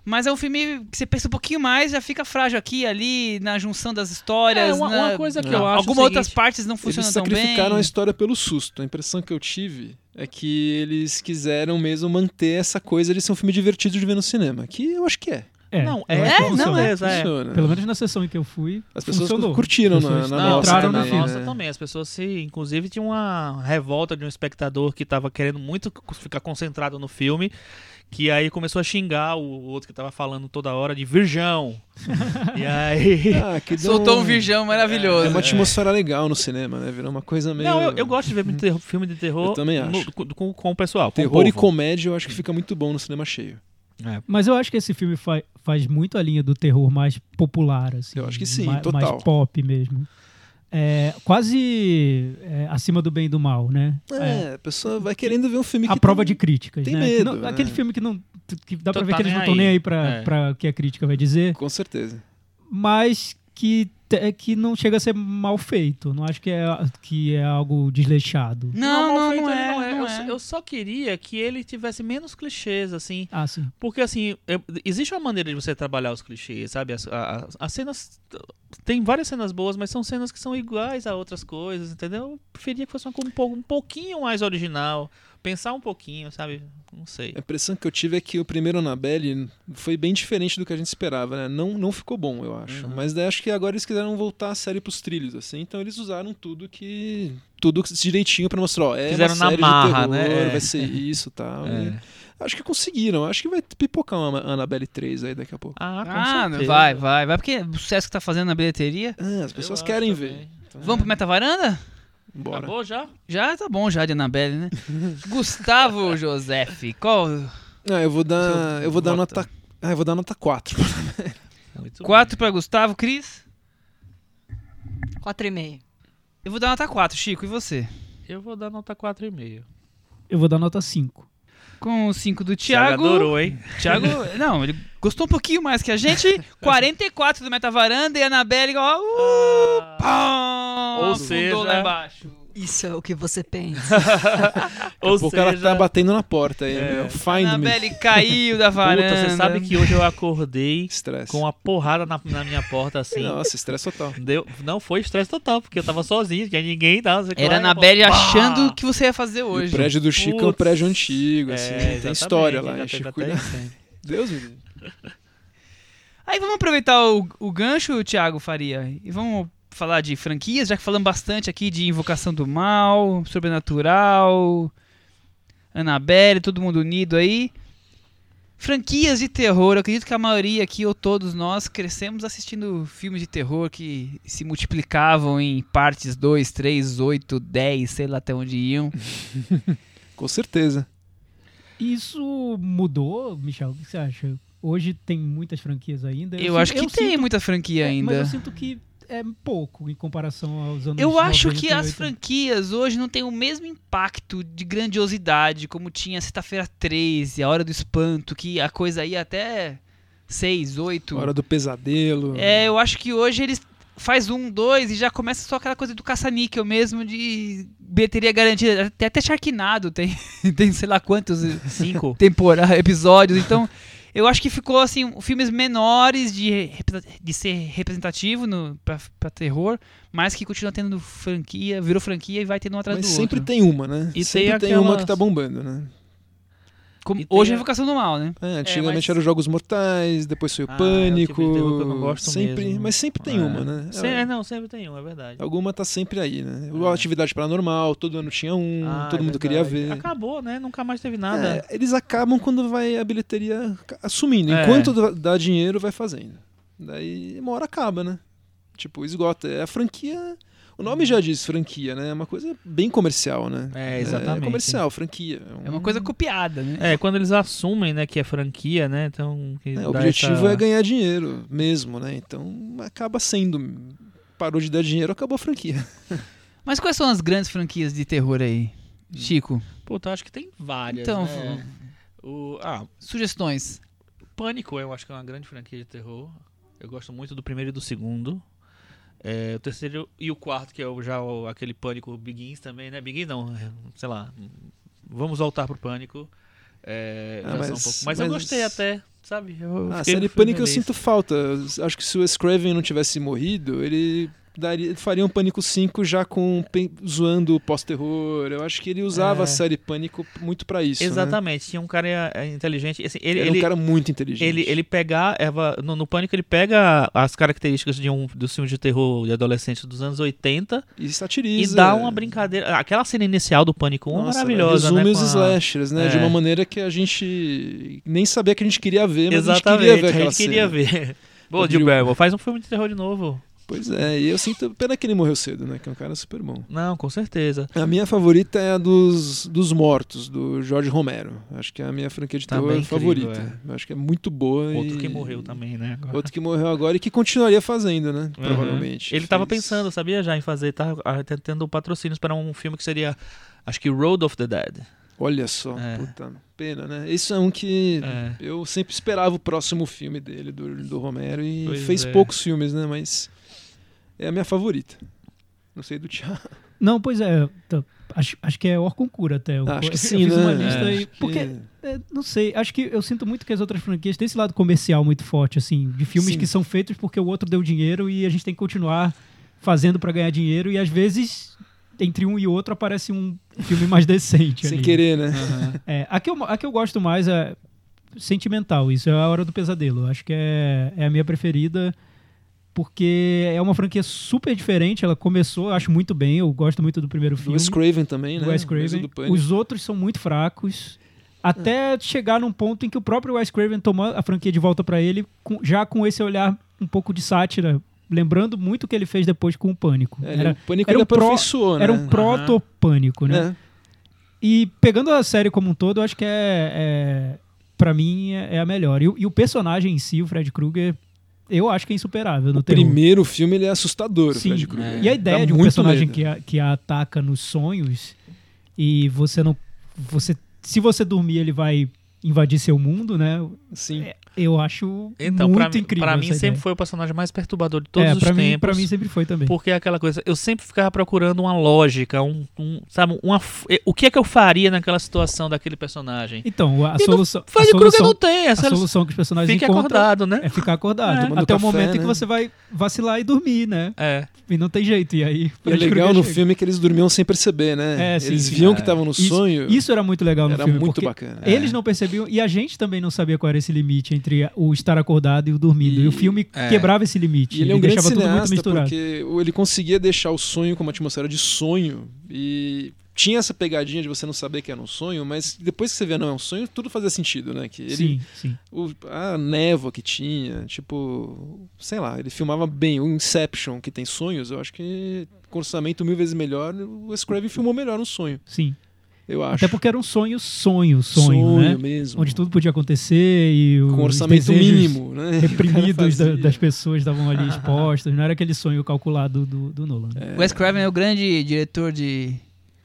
Mas é um filme que você pensa um pouquinho mais, já fica frágil aqui, ali, na junção das histórias. É, uma- na- uma coisa que na- eu acho. Algumas é o outras seguinte, partes não funcionam Eles tão bem. sacrificaram a história pelo susto. A impressão que eu tive é que eles quiseram mesmo manter essa coisa de ser um filme divertido de ver no cinema. Que eu acho que é. é, Não, eu é, acho que não, funciona. é, é. Funciona. né? Pelo menos na sessão em que eu fui, As pessoas funcionou. curtiram As na- pessoas na não, nossa entraram entraram na também, nossa né? também. As pessoas se. Inclusive, tinha uma revolta de um espectador que tava querendo muito c- ficar concentrado no filme. Que aí começou a xingar o outro que tava falando toda hora de virgão. e aí. Ah, que deu Soltou um virgão É maravilhoso. uma atmosfera legal no cinema, né? Virou uma coisa meio. Não, eu, eu gosto de ver muito terror- filme de terror Eu também no- acho. com, com- com o pessoal. Com o Terror e povo. comédia eu acho que fica muito bom no cinema cheio. Mas eu acho que esse filme fa- faz muito a linha do terror mais popular, assim. Eu acho que sim, ma- mais, total. pop mesmo. É, quase é, acima do bem e do mal, né? É, a pessoa vai querendo ver um filme que. A prova tem- de críticas, tem né? Que medo, não- né? Aquele filme que não. que dá pra Tô- ver tá que eles nem não estão aí. nem aí pra, É. pra o que a crítica vai dizer, Com certeza. mas que, te- que não chega a ser mal feito. Não acho que é, que é algo desleixado. Não, não, Malfeito não, ele é, não é. não Eu, é. s- eu só queria que ele tivesse menos clichês, assim. Ah, sim. Porque, assim, eu- existe uma maneira de você trabalhar os clichês, sabe? As, a- a- as cenas. Tem várias cenas boas, mas são cenas que são iguais a outras coisas, entendeu? Eu preferia que fosse uma coisa um, pouco, um pouquinho mais original. Pensar um pouquinho, sabe? Não sei. A impressão que eu tive é que o primeiro Annabelle foi bem diferente do que a gente esperava, né? Não, não ficou bom, eu acho. Uhum. Mas daí acho que agora eles quiseram voltar a série pros trilhos, assim. Então eles usaram tudo que. Tudo direitinho pra mostrar, ó, é Fizeram uma na série marra, de terror, né? É. vai ser isso tal. É. e Acho que conseguiram. Acho que vai pipocar uma Annabelle 3 aí daqui a pouco. Ah, com Ah, certeza. É. vai, vai, vai, porque o sucesso que tá fazendo na bilheteria. Ah, as pessoas acho querem também. ver. Então, Vamos pro Meta Varanda? bora. Acabou já? Já tá bom, já de Anabelle, né? Gustavo José, qual? Ah, eu vou dar. Seu Eu vou dar voto. nota. Ah, eu vou dar nota 4. Muito bem. 4 pra Gustavo, Cris? 4,5. Eu vou dar nota 4, Chico, e você? Eu vou dar nota 4,5. Eu vou dar nota 5. Com o 5 do Thiago Thiago. adorou, hein? Thiago, não, ele gostou um pouquinho mais que a gente. 44 do Meta Varanda e a Anabelle, ó. Uh, pão, Ou afundou seja- lá embaixo. Isso é o que você pensa. Ou Daqui a pouco ela tá batendo na porta aí. É. meu. Find me. Anabelle caiu da varanda. Puta, você sabe que hoje eu acordei Estresse. com uma porrada na, na minha porta assim. Nossa, estresse total. Deu, não foi estresse total, porque eu tava sozinho, tinha ninguém tá, não sei o que Era a lá, e eu- Anabelle Pá! achando que você ia fazer E o hoje. prédio do Chico é um Putz. prédio antigo, É, assim. tem exatamente, história lá. já hein, teve Chico, né? até cuidado. isso, hein. Deus me livre. Aí vamos aproveitar o, o gancho, Thiago Faria, e vamos falar de franquias, já que falamos bastante aqui de Invocação do Mal, Sobrenatural, Annabelle, todo mundo unido aí. Franquias de terror, eu acredito que a maioria aqui, ou todos nós, crescemos assistindo filmes de terror que se multiplicavam em partes 2, 3, 8, 10, sei lá até onde iam. Com certeza. Isso mudou, Michel? O que você acha? Hoje tem muitas franquias ainda. Eu, acho que sin- tem sinto- muita franquia é, ainda. Mas eu sinto que é pouco em comparação aos anos Eu acho 90 que e as 80. franquias hoje não têm o mesmo impacto de grandiosidade como tinha Sexta-feira 13, A Hora do Espanto, que a coisa ia até 6, 8. Hora do pesadelo. É, eu acho que hoje eles faz um, dois e já começa só aquela coisa do caça-níquel mesmo, de bilheteria garantida. Tem até Sharknado, tem, tem sei lá quantos Cinco. temporada, episódios. Então, eu acho que ficou assim, um- filmes menores de, repre- de ser representativo no, pra, pra terror, mas que continua tendo franquia, virou franquia e vai tendo um atrás Mas do sempre outro. tem uma, né? E sempre tem tem, uma que aquelas- tá bombando, né? Como- e tem hoje é a a- invocação do mal, né? É, antigamente mas- eram Jogos Mortais, depois foi o Ah, é o Pânico. tipo de terror que eu não gosto sempre, mesmo. Mas sempre tem É. uma, né? Se- é, não, sempre tem um, é verdade. Alguma tá sempre aí, né? É. A atividade paranormal, todo ano tinha um, Ah, todo é mundo verdade. queria ver. Acabou, né? Nunca mais teve nada. É, eles acabam quando vai a bilheteria ca- assumindo. É. Enquanto dá- dá dinheiro, vai fazendo. Daí uma hora acaba, né? Tipo, esgota. É a franquia. O nome já diz franquia, né? É uma coisa bem comercial, né? É, exatamente. É comercial, franquia. um- É uma coisa copiada, né? É, quando eles assumem, né, que é franquia, né? Então. que né? dá O objetivo essa- é ganhar dinheiro mesmo, né? Então acaba sendo. Parou de dar dinheiro, acabou a franquia. Mas quais são as grandes franquias de terror aí? Chico, Puta, acho que tem várias. Então, né? o Ah, sugestões. Pânico eu acho que é uma grande franquia de terror. Eu gosto muito do primeiro e do segundo. É, o terceiro e o quarto, que é o- já o- aquele Pânico Begins também, né? Begins não, é, sei lá. Vamos voltar pro Pânico. É, Ah, já são mas- um pouco- mas eu mas- gostei até, sabe? Eu A fiquei- série fui Pânico eu feliz. sinto falta. Acho que se o Scraven não tivesse morrido, ele daria, faria um Pânico 5 já com pe- zoando o pós-terror. Eu acho que ele usava É. a série Pânico muito pra isso. né? Exatamente, tinha um cara é, inteligente. assim, ele, Ele é ele- um cara muito inteligente. Ele, ele pega. Eva, no, no Pânico, ele pega as características de um dos filmes de terror de adolescente dos anos 80 e satiriza. e dá uma brincadeira. Aquela cena inicial do Pânico 1 é é. Nossa, maravilhosa, Resume né? os com a- slashers, né? De É. uma maneira que a gente nem sabia que a gente queria ver, mas Exatamente, a gente queria ver aquela cena. queria ver. Pô, Rodrigo. Jim Barrymore, faz um filme de terror de novo. Pois é, e eu sinto. Pena que ele morreu cedo, né? Que é um cara super bom. Não, com certeza. A minha favorita é a dos, dos mortos, do Jorge Romero. Acho que é a minha franquia de Tá terror bem incrível, favorita. Eu Acho que é muito boa. Outro e- que morreu também, né? agora. Outro que morreu agora e que continuaria fazendo, né? Uhum. Provavelmente. Ele tava Fez- pensando, sabia, já em fazer, tava ah, tá tendo patrocínios para um filme que seria, acho que Road of the Dead. Olha só, É. puta pena, né? Isso é um que É. eu sempre esperava o próximo filme dele, do, do Romero, e Pois fez é. poucos filmes, né? Mas é a minha favorita. Não sei do Thiago. Não, pois é. tá, Acho, acho que é Orconcura até. Eu, Acho que eu sim, fiz né? uma lista É, aí. Porque, é, não sei, acho que eu sinto muito que as outras franquias têm esse lado comercial muito forte, assim, de filmes Sim. que são feitos porque o outro deu dinheiro e a gente tem que continuar fazendo pra ganhar dinheiro. E às vezes, entre um e outro, aparece um filme mais decente. Sem ali. querer, né? É, a, que eu, a que eu gosto mais é sentimental, isso é a Hora do Pesadelo. Acho que é, é a minha preferida, porque é uma franquia super diferente. Ela começou, eu acho muito bem, eu gosto muito do primeiro Do filme. Wes Craven também, né? do Wes O mesmo Craven. do Pânico. Os outros são muito fracos. Até chegar num ponto em que o próprio Wes Craven tomou a franquia de volta pra ele, com- já com esse olhar um pouco de sátira, lembrando muito o que ele fez depois com o Pânico. É, era, o Pânico era ele um pró- aperfeiçoou, né? era um proto-pânico, né? É. E pegando a série como um todo, eu acho que é. é para mim, é é a melhor. E, o- e o personagem em si, o Fred Krueger, eu acho que é insuperável no O terror. primeiro filme ele é assustador, o Sim. Fred Krueger. E a ideia Dá de um muito personagem medo. que a, que a ataca nos sonhos e você não. Você, se você dormir, ele vai invadir seu mundo, né? Sim. é Eu acho Então, muito pra, mim- incrível. pra mim essa sempre ideia. foi o personagem mais perturbador de todos é, os pra tempos. Mim, pra mim sempre foi também. Porque é aquela coisa, eu sempre ficava procurando uma lógica, um, um- sabe, uma, f- o que é que eu faria naquela situação daquele personagem. Então, a E não- solução. a Fred Krueger solução- não tem, essa a solução que os personagens é fique encontram acordado, né? é ficar acordado. Tomando Até o café, momento em né? que você vai vacilar e dormir, né? É. E não tem jeito. E aí. E é Fred legal Krueger no chega. filme que eles dormiam sem perceber, né? É, sim, eles sim. viam É. que estavam no Isso- sonho. Isso era muito legal no era filme. muito porque bacana. é. Eles não percebiam, e a gente também não sabia qual era esse limite entre o estar acordado e o dormindo. E, o filme é. quebrava esse limite. E ele é um grande deixava tudo muito cineasta misturado. porque o- ele conseguia deixar o sonho com uma atmosfera de sonho e tinha essa pegadinha de você não saber que era um sonho, mas depois que você vê não é um sonho, tudo fazia sentido, né? Que ele, Sim, sim. o- a névoa que tinha, tipo, sei lá, ele filmava bem. O Inception que tem sonhos, eu acho que com orçamento mil vezes melhor, o Scraven filmou melhor um sonho. Sim. eu acho. Até porque era um sonho, sonho, sonho, né? mesmo. Onde tudo podia acontecer e o Com orçamento mínimo, né? reprimidos da- fazia. das pessoas estavam ali expostas. Não era aquele sonho calculado do, do Nolan. Wes Craven é o grande diretor de.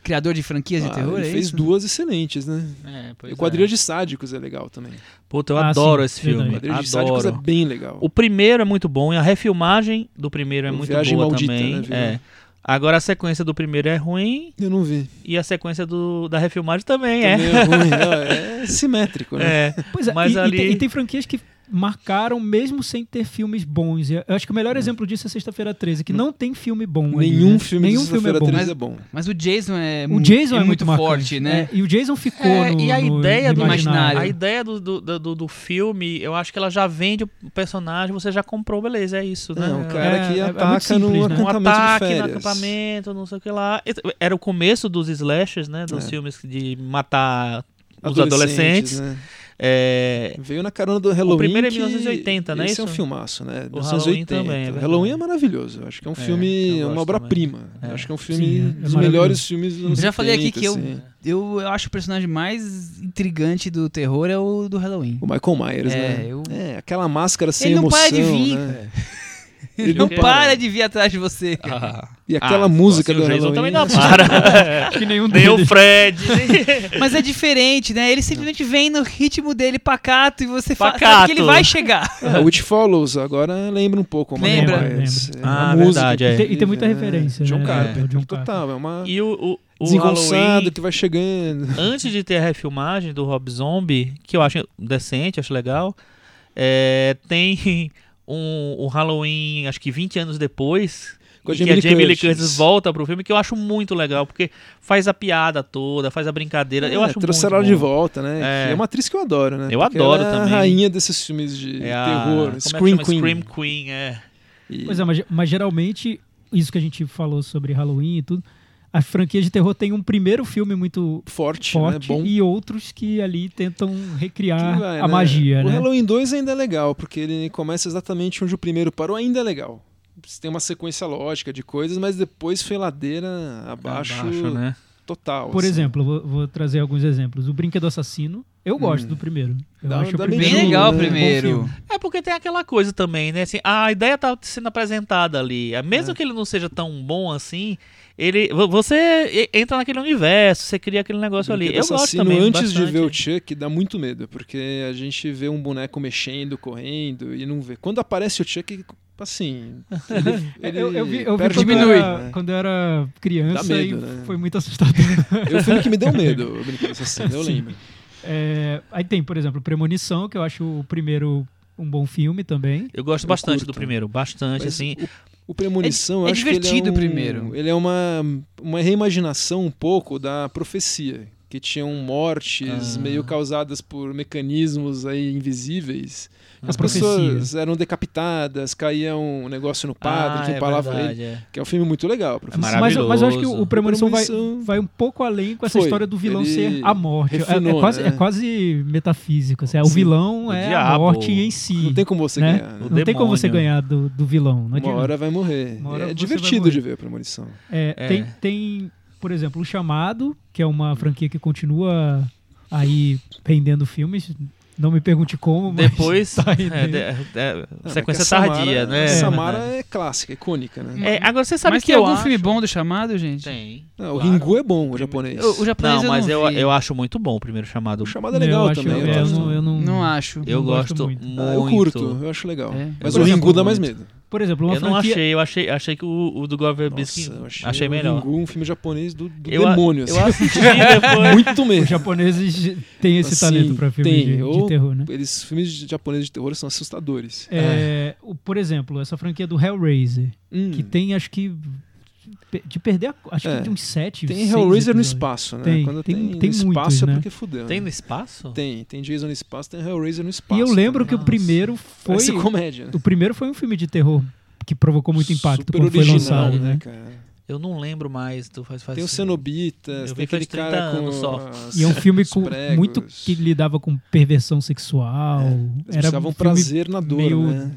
criador de franquias de Ah, terror, ele é fez isso? duas excelentes, né? É, pois e Quadrilha é. de Sádicos é legal também. Puta, eu Ah, adoro sim, esse filme. verdade. Quadrilha de Sádicos é Adoro. bem legal. O primeiro é muito bom e a refilmagem do primeiro é O muito Viagem boa Maldita, também. né, Vitor? é. Agora a sequência do primeiro é ruim Eu não vi. e a sequência do, da refilmagem também, Também É. ruim, é, é simétrico, né? é. É. Pois é, Mas e, e ali- tem, e tem franquias que marcaram mesmo sem ter filmes bons. E Eu acho que o melhor exemplo disso é Sexta-feira 13, que não tem filme bom. ali, Nenhum né? filme Nenhum de filme é Sexta-feira bom. 13 é Né? bom. Mas o Jason é, O mu- Jason é, muito, marcante, forte, né? é, e o Jason ficou É, no, e a no- ideia no do imaginário. A ideia do, do, do, do filme, eu acho que ela já vende o personagem, você já comprou, beleza, é isso, né? É, um cara É, que é muito ataca simples, num né? um acampamento de ataque no férias. acampamento, não sei o que lá. Era o começo dos slashers, né? Dos É. filmes de matar os Adolescentes, adolescentes. né? É, Veio na carona do Halloween. primeiro é que 1980, não é esse é um isso? filmaço, né? O Halloween 1980. também, é verdade. Halloween é maravilhoso. eu Acho que é um filme, eu uma gosto obra-prima. também. É. Acho que é um filme Sim, é- é dos maravilhoso. melhores filmes dos anos já falei aqui 70, que eu- assim. Eu, eu acho o personagem mais intrigante do terror é o do Halloween. O Michael Myers, É, né? eu- É, aquela máscara sem Ele não emoção, para de vir, né? É. Ele não para de vir atrás de você. cara. E aquela Ah, música assim, o do Jason Halloween. né? É. também não para. Que nenhum nem o deles. Fred. Mas é diferente, né? Ele simplesmente vem no ritmo dele pacato e você fala Pacato. sabe que ele vai chegar. É, o It Follows agora lembra um pouco o Michael Lembra, Myers. É uma Ah, música verdade, é. incrível, E tem- e tem muita né? referência, John né? Carpenter, É, o John total. É uma E o, o, o Halloween, desengonçado que vai chegando. antes de ter a refilmagem do Rob Zombie, que eu acho decente, acho legal, é, tem um, o Halloween, acho que 20 anos depois, Com a em Jamie que a Lee Jamie Lee Curtis. Curtis volta pro filme, que eu acho muito legal, porque faz a piada toda, faz a brincadeira. eu É, acho Trouxeram ela muito de bom. volta, né? É. Que É uma atriz que eu adoro, né? Eu Porque adoro ela é também. a rainha desses filmes de É a- terror. como Scream é que chama? Queen. Scream Queen, é. E- Pois é, mas, mas geralmente, isso que a gente falou sobre Halloween e tudo, as franquias de terror têm um primeiro filme muito Forte, forte né? Bom. e outros que ali tentam recriar Que vai, a né? magia, O né? Halloween 2 ainda é legal, porque ele começa exatamente onde o primeiro parou, ainda é legal. Você Tem uma sequência lógica de coisas, mas depois foi ladeira abaixo, Abaixo, né? total. Por assim. exemplo, eu vou, vou trazer alguns exemplos. O Brinquedo Assassino, eu gosto do primeiro. Eu Dá- acho o dá primeiro Hum. Bem Juro, legal né? o um bom primeiro. filme. É porque tem aquela coisa também, né? Assim, a ideia tá sendo apresentada ali. É, Mesmo que ele não seja tão bom assim, ele vo- você e- entra naquele universo, você cria aquele negócio ali. Brinquedo Eu gosto tá Assassino, também. antes de bastante. ver o Chuck, dá muito medo, porque a gente vê um boneco mexendo, correndo e não vê. Quando aparece o Chuck, assim. Ele, ele É, Eu, eu vi, eu vi perde quando, o eu pé, era, né? quando eu era criança Dá medo, e né? foi muito assustador. É o filme que me deu medo, o Brinquedo Assassino, eu lembro. É, aí tem, por exemplo, Premonição, que eu acho o primeiro um bom filme também. Eu gosto bastante do curto. primeiro, bastante, Mas assim. O, o Premonição, É- eu é acho que ele divertido um- primeiro. Ele é uma, uma reimaginação um pouco da profecia, que tinham mortes Ah. meio causadas por mecanismos aí invisíveis. As profecia. pessoas eram decapitadas, caía um negócio no padre, Ah, que é empalava ele. verdade, é. Que é um filme muito legal, a profecia. maravilhoso. Mas, mas eu acho que o, Maravilhoso. Premonição vai, Premonição- vai um pouco além com essa Foi. história do vilão Ele ser a morte. É- é, refinou, quase, né? é quase metafísico. assim, é, o Sim. vilão O é a diabo. morte em si. Não tem como você né? ganhar. O Né? Não tem como você demônio. ganhar do, do vilão. Não Uma adianta. hora vai morrer. Uma hora você é vai divertido morrer. de ver a premonição. É, É. Tem, tem, por exemplo, O Chamado, que é uma franquia que continua aí rendendo filmes. Não me pergunte como, mas Depois, tá aí é, dentro. de- é, Ah, sequência mas que a Samara- tardia, né? A Samara verdade. é clássica, icônica, né? É, agora você sabe Mas que tem eu algum acho- filme bom do chamado, gente? Tem. Ah, o claro. Ringu é bom, o japonês. O, o japonês Não, eu mas não eu, vi. eu acho muito bom o primeiro chamado. O chamado é Eu legal acho- também. é, eu gosto. não- eu não- Não acho. Eu não gosto gosto muito. muito. Ah, eu curto, eu acho legal. É. Mas Eu o gosto Ringu dá muito. mais medo. Por exemplo, uma eu não franquia... achei, eu achei, achei que o, o do Gore Verbinski Nossa, eu achei, o melhor. Ringu um filme japonês do, do Eu a- demônio. Eu assim. assisti depois. Muito Os medo. japoneses têm esse Assim, talento pra filme tem. de, de Eu- terror, né? Eles, filmes de- japoneses de terror são assustadores. É, o- por exemplo, essa franquia do Hellraiser, Hum, que tem, acho que... pe- De perder, a, acho É. que de uns sete, tem seis Hellraiser no episódios. espaço, né? Tem, Quando tem- tem, tem no espaço muitos, é né? porque fudeu. Tem no né? espaço? tem, tem Jason no espaço, tem Hellraiser no E espaço. eu lembro que o também. primeiro foi... Parece comédia, né? O primeiro foi um filme de terror que provocou muito impacto Super quando foi original, lançado, né? cara? Eu não lembro mais. Tu faz, faz Tem assim. o Cenobitas, Eu tem vi faz aquele 30 cara com... anos só. as- E é um filme os com pregos. É, muito que lidava com perversão sexual. Eles era precisavam um filme prazer na dor, meio né?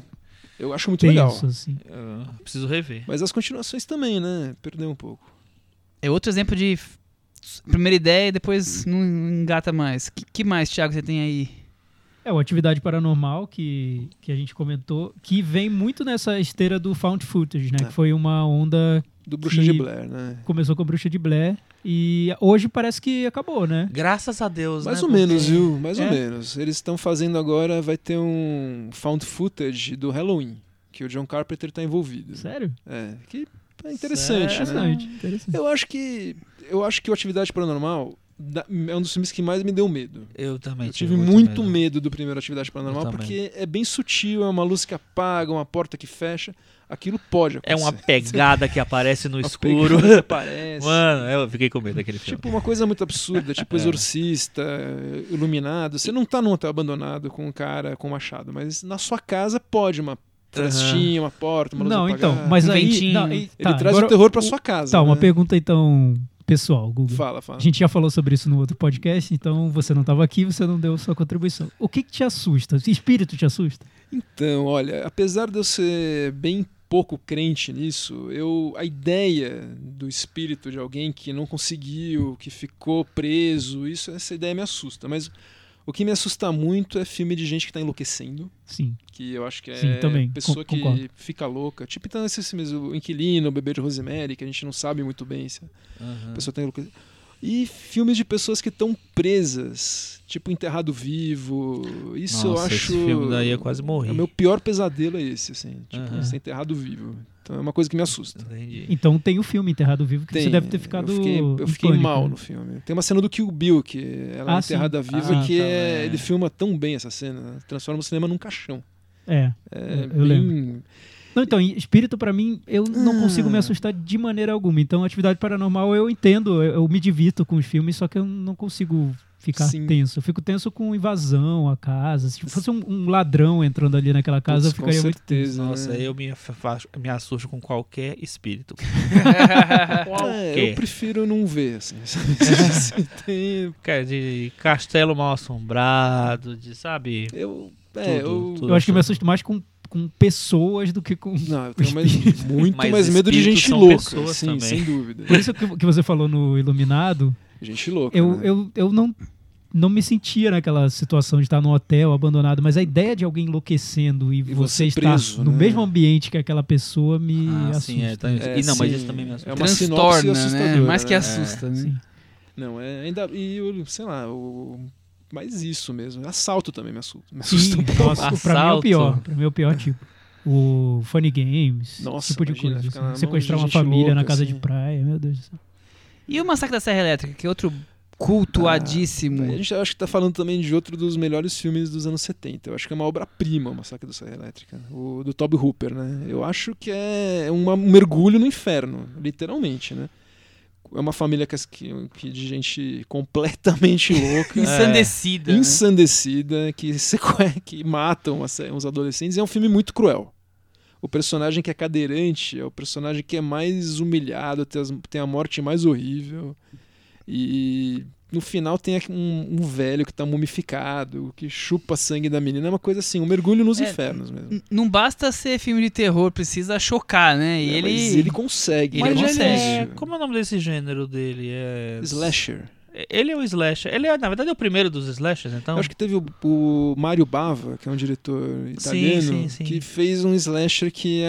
Eu acho muito tenso, legal. assim. Ah, preciso rever. Mas as continuações também, né? Perdeu um pouco. É outro exemplo de f- Primeira ideia, depois não engata mais. Que, que mais, Thiago, você tem aí? É uma atividade paranormal que, que a gente comentou, que vem muito nessa esteira do found footage, né? É. Que foi uma onda Do Bruxa Que- de Blair, né? que começou com a bruxa de Blair e hoje parece que acabou, né? Graças a Deus, Mais né? ou menos, Porque- viu? Mais É. ou menos. Eles estão fazendo agora, vai ter um found footage do Halloween, que o John Carpenter tá envolvido. Sério? É, que é interessante, né? Interessante, interessante. Eu acho que eu acho que o Atividade Paranormal da- é um dos filmes que mais me deu medo. Eu também Eu tive muito medo do primeiro Atividade Paranormal Eu também. porque é bem sutil, é uma luz que apaga, uma porta que fecha. Aquilo pode É acontecer. uma pegada que aparece no Uma escuro. pegada que aparece. Mano, eu fiquei com medo daquele filme. Então. Tipo, uma coisa muito absurda, É. tipo exorcista, iluminado. Você não tá num hotel abandonado com um cara com um machado, mas na sua casa pode uma frestinha, uma porta, uma luz Não, apagada. então, mas Um aí... ventinho. Não, e- Ele tá, traz agora- o terror pra sua casa. Tá, uma né? pergunta então pessoal, Google. Fala, fala. A gente já falou sobre isso no outro podcast, então você não estava aqui, você não deu sua contribuição. O que, que te assusta? Espírito te assusta? Então, olha, apesar de eu ser bem pouco crente nisso, eu a ideia do espírito de alguém que não conseguiu, que ficou preso, isso essa ideia me assusta, mas o que me assusta muito é filme de gente que tá enlouquecendo, Sim. que eu acho que é Sim, também, con- pessoa que concordo. fica louca. Tipo, então esses filmes, o Inquilino, o Bebê de Rosemary, que a gente não sabe muito bem se Hum. a pessoa tem louca. E filmes de pessoas que estão presas, tipo Enterrado Vivo. Isso eu Nossa, acho. esse filme daí eu quase morri. O meu pior pesadelo é esse, assim. Tipo, Aham. ser enterrado vivo. Então é uma coisa que me assusta. Entendi. Então tem o filme Enterrado Vivo que Tem, você deve ter ficado. Eu fiquei, eu fiquei histônico, mal né? no filme. Tem uma cena do Kill Bill, que ela Ah, é enterrada sim. viva, Ah, que tá, é- é. ele filma tão bem essa cena. né? Transforma o cinema num caixão. É. É Eu bem- lembro. Não, então, e espírito pra mim, eu não Ah. consigo me assustar de maneira alguma. Então, atividade paranormal eu entendo, eu, eu me divirto com os filmes, só que eu não consigo ficar Sim. tenso. Eu fico tenso com invasão à casa. Se fosse um, um ladrão entrando ali naquela casa, Putz, eu ficaria com muito tenso. certeza. Nossa, né? eu me, fa- faço- me assusto com qualquer espírito. É, qualquer. eu prefiro não ver, assim. Se tem- Cara, de castelo mal assombrado, de, sabe? eu. É, Tudo, eu. tudo. Eu acho que eu me assusto mais com, com pessoas do que com. Não, eu tenho mais, muito Mas mais medo de espíritos gente são louca. pessoas Sim, também. sem dúvida. Por isso que, que você falou no Iluminado, Gente louca. eu, né? eu, eu não, não me sentia naquela situação de estar num hotel abandonado, mas a ideia de alguém enlouquecendo e, você você, estar preso, no né? mesmo ambiente que aquela pessoa me Ah, assusta. sim, é, tá- É, e não, mas sim, isso também me assusta. é uma sinopse Transtorna, né? assustadora, Mais que né? assusta, né? Sim. Não, é ainda. E eu, sei lá, o. Mas isso mesmo. Assalto também me assusta. Me assusta Sim, um pouco. nossa, pra mim é o Assalto. pior. Pra mim é o pior tipo. O Funny Games, esse Nossa, tipo de imagina, coisa. ficar na assim. mão Sequestrar de uma gente família na louca, casa de assim. praia, meu Deus do céu. E o Massacre da Serra Elétrica, que é outro Ah, cultuadíssimo. A gente acho que tá falando também de outro dos melhores filmes dos anos 70. Eu acho que é uma obra-prima, o Massacre da Serra Elétrica. O do Toby Hooper, né? Eu acho que é uma- um mergulho no inferno, literalmente, né? É uma família que, que- que de gente completamente É. louca. Ensandecida. né? ensandecida, que, sequ- que matam as- uns adolescentes. É um filme muito cruel. O personagem que é cadeirante é o personagem que é mais humilhado, tem, as- tem a morte mais horrível. E no final tem aqui um, um velho que tá mumificado, que chupa sangue da menina. É uma coisa assim, um mergulho nos É, infernos mesmo. N- Não basta ser filme de terror, precisa chocar, né? E É, ele. Mas ele consegue. ele né? mas é ele é- difícil. Como é o nome desse gênero dele? É... Slasher. Ele é o slasher. Ele é, na verdade, é o primeiro dos slashers, então. Eu acho que teve o, o Mário Bava, que é um diretor italiano, sim, sim. que fez um slasher que é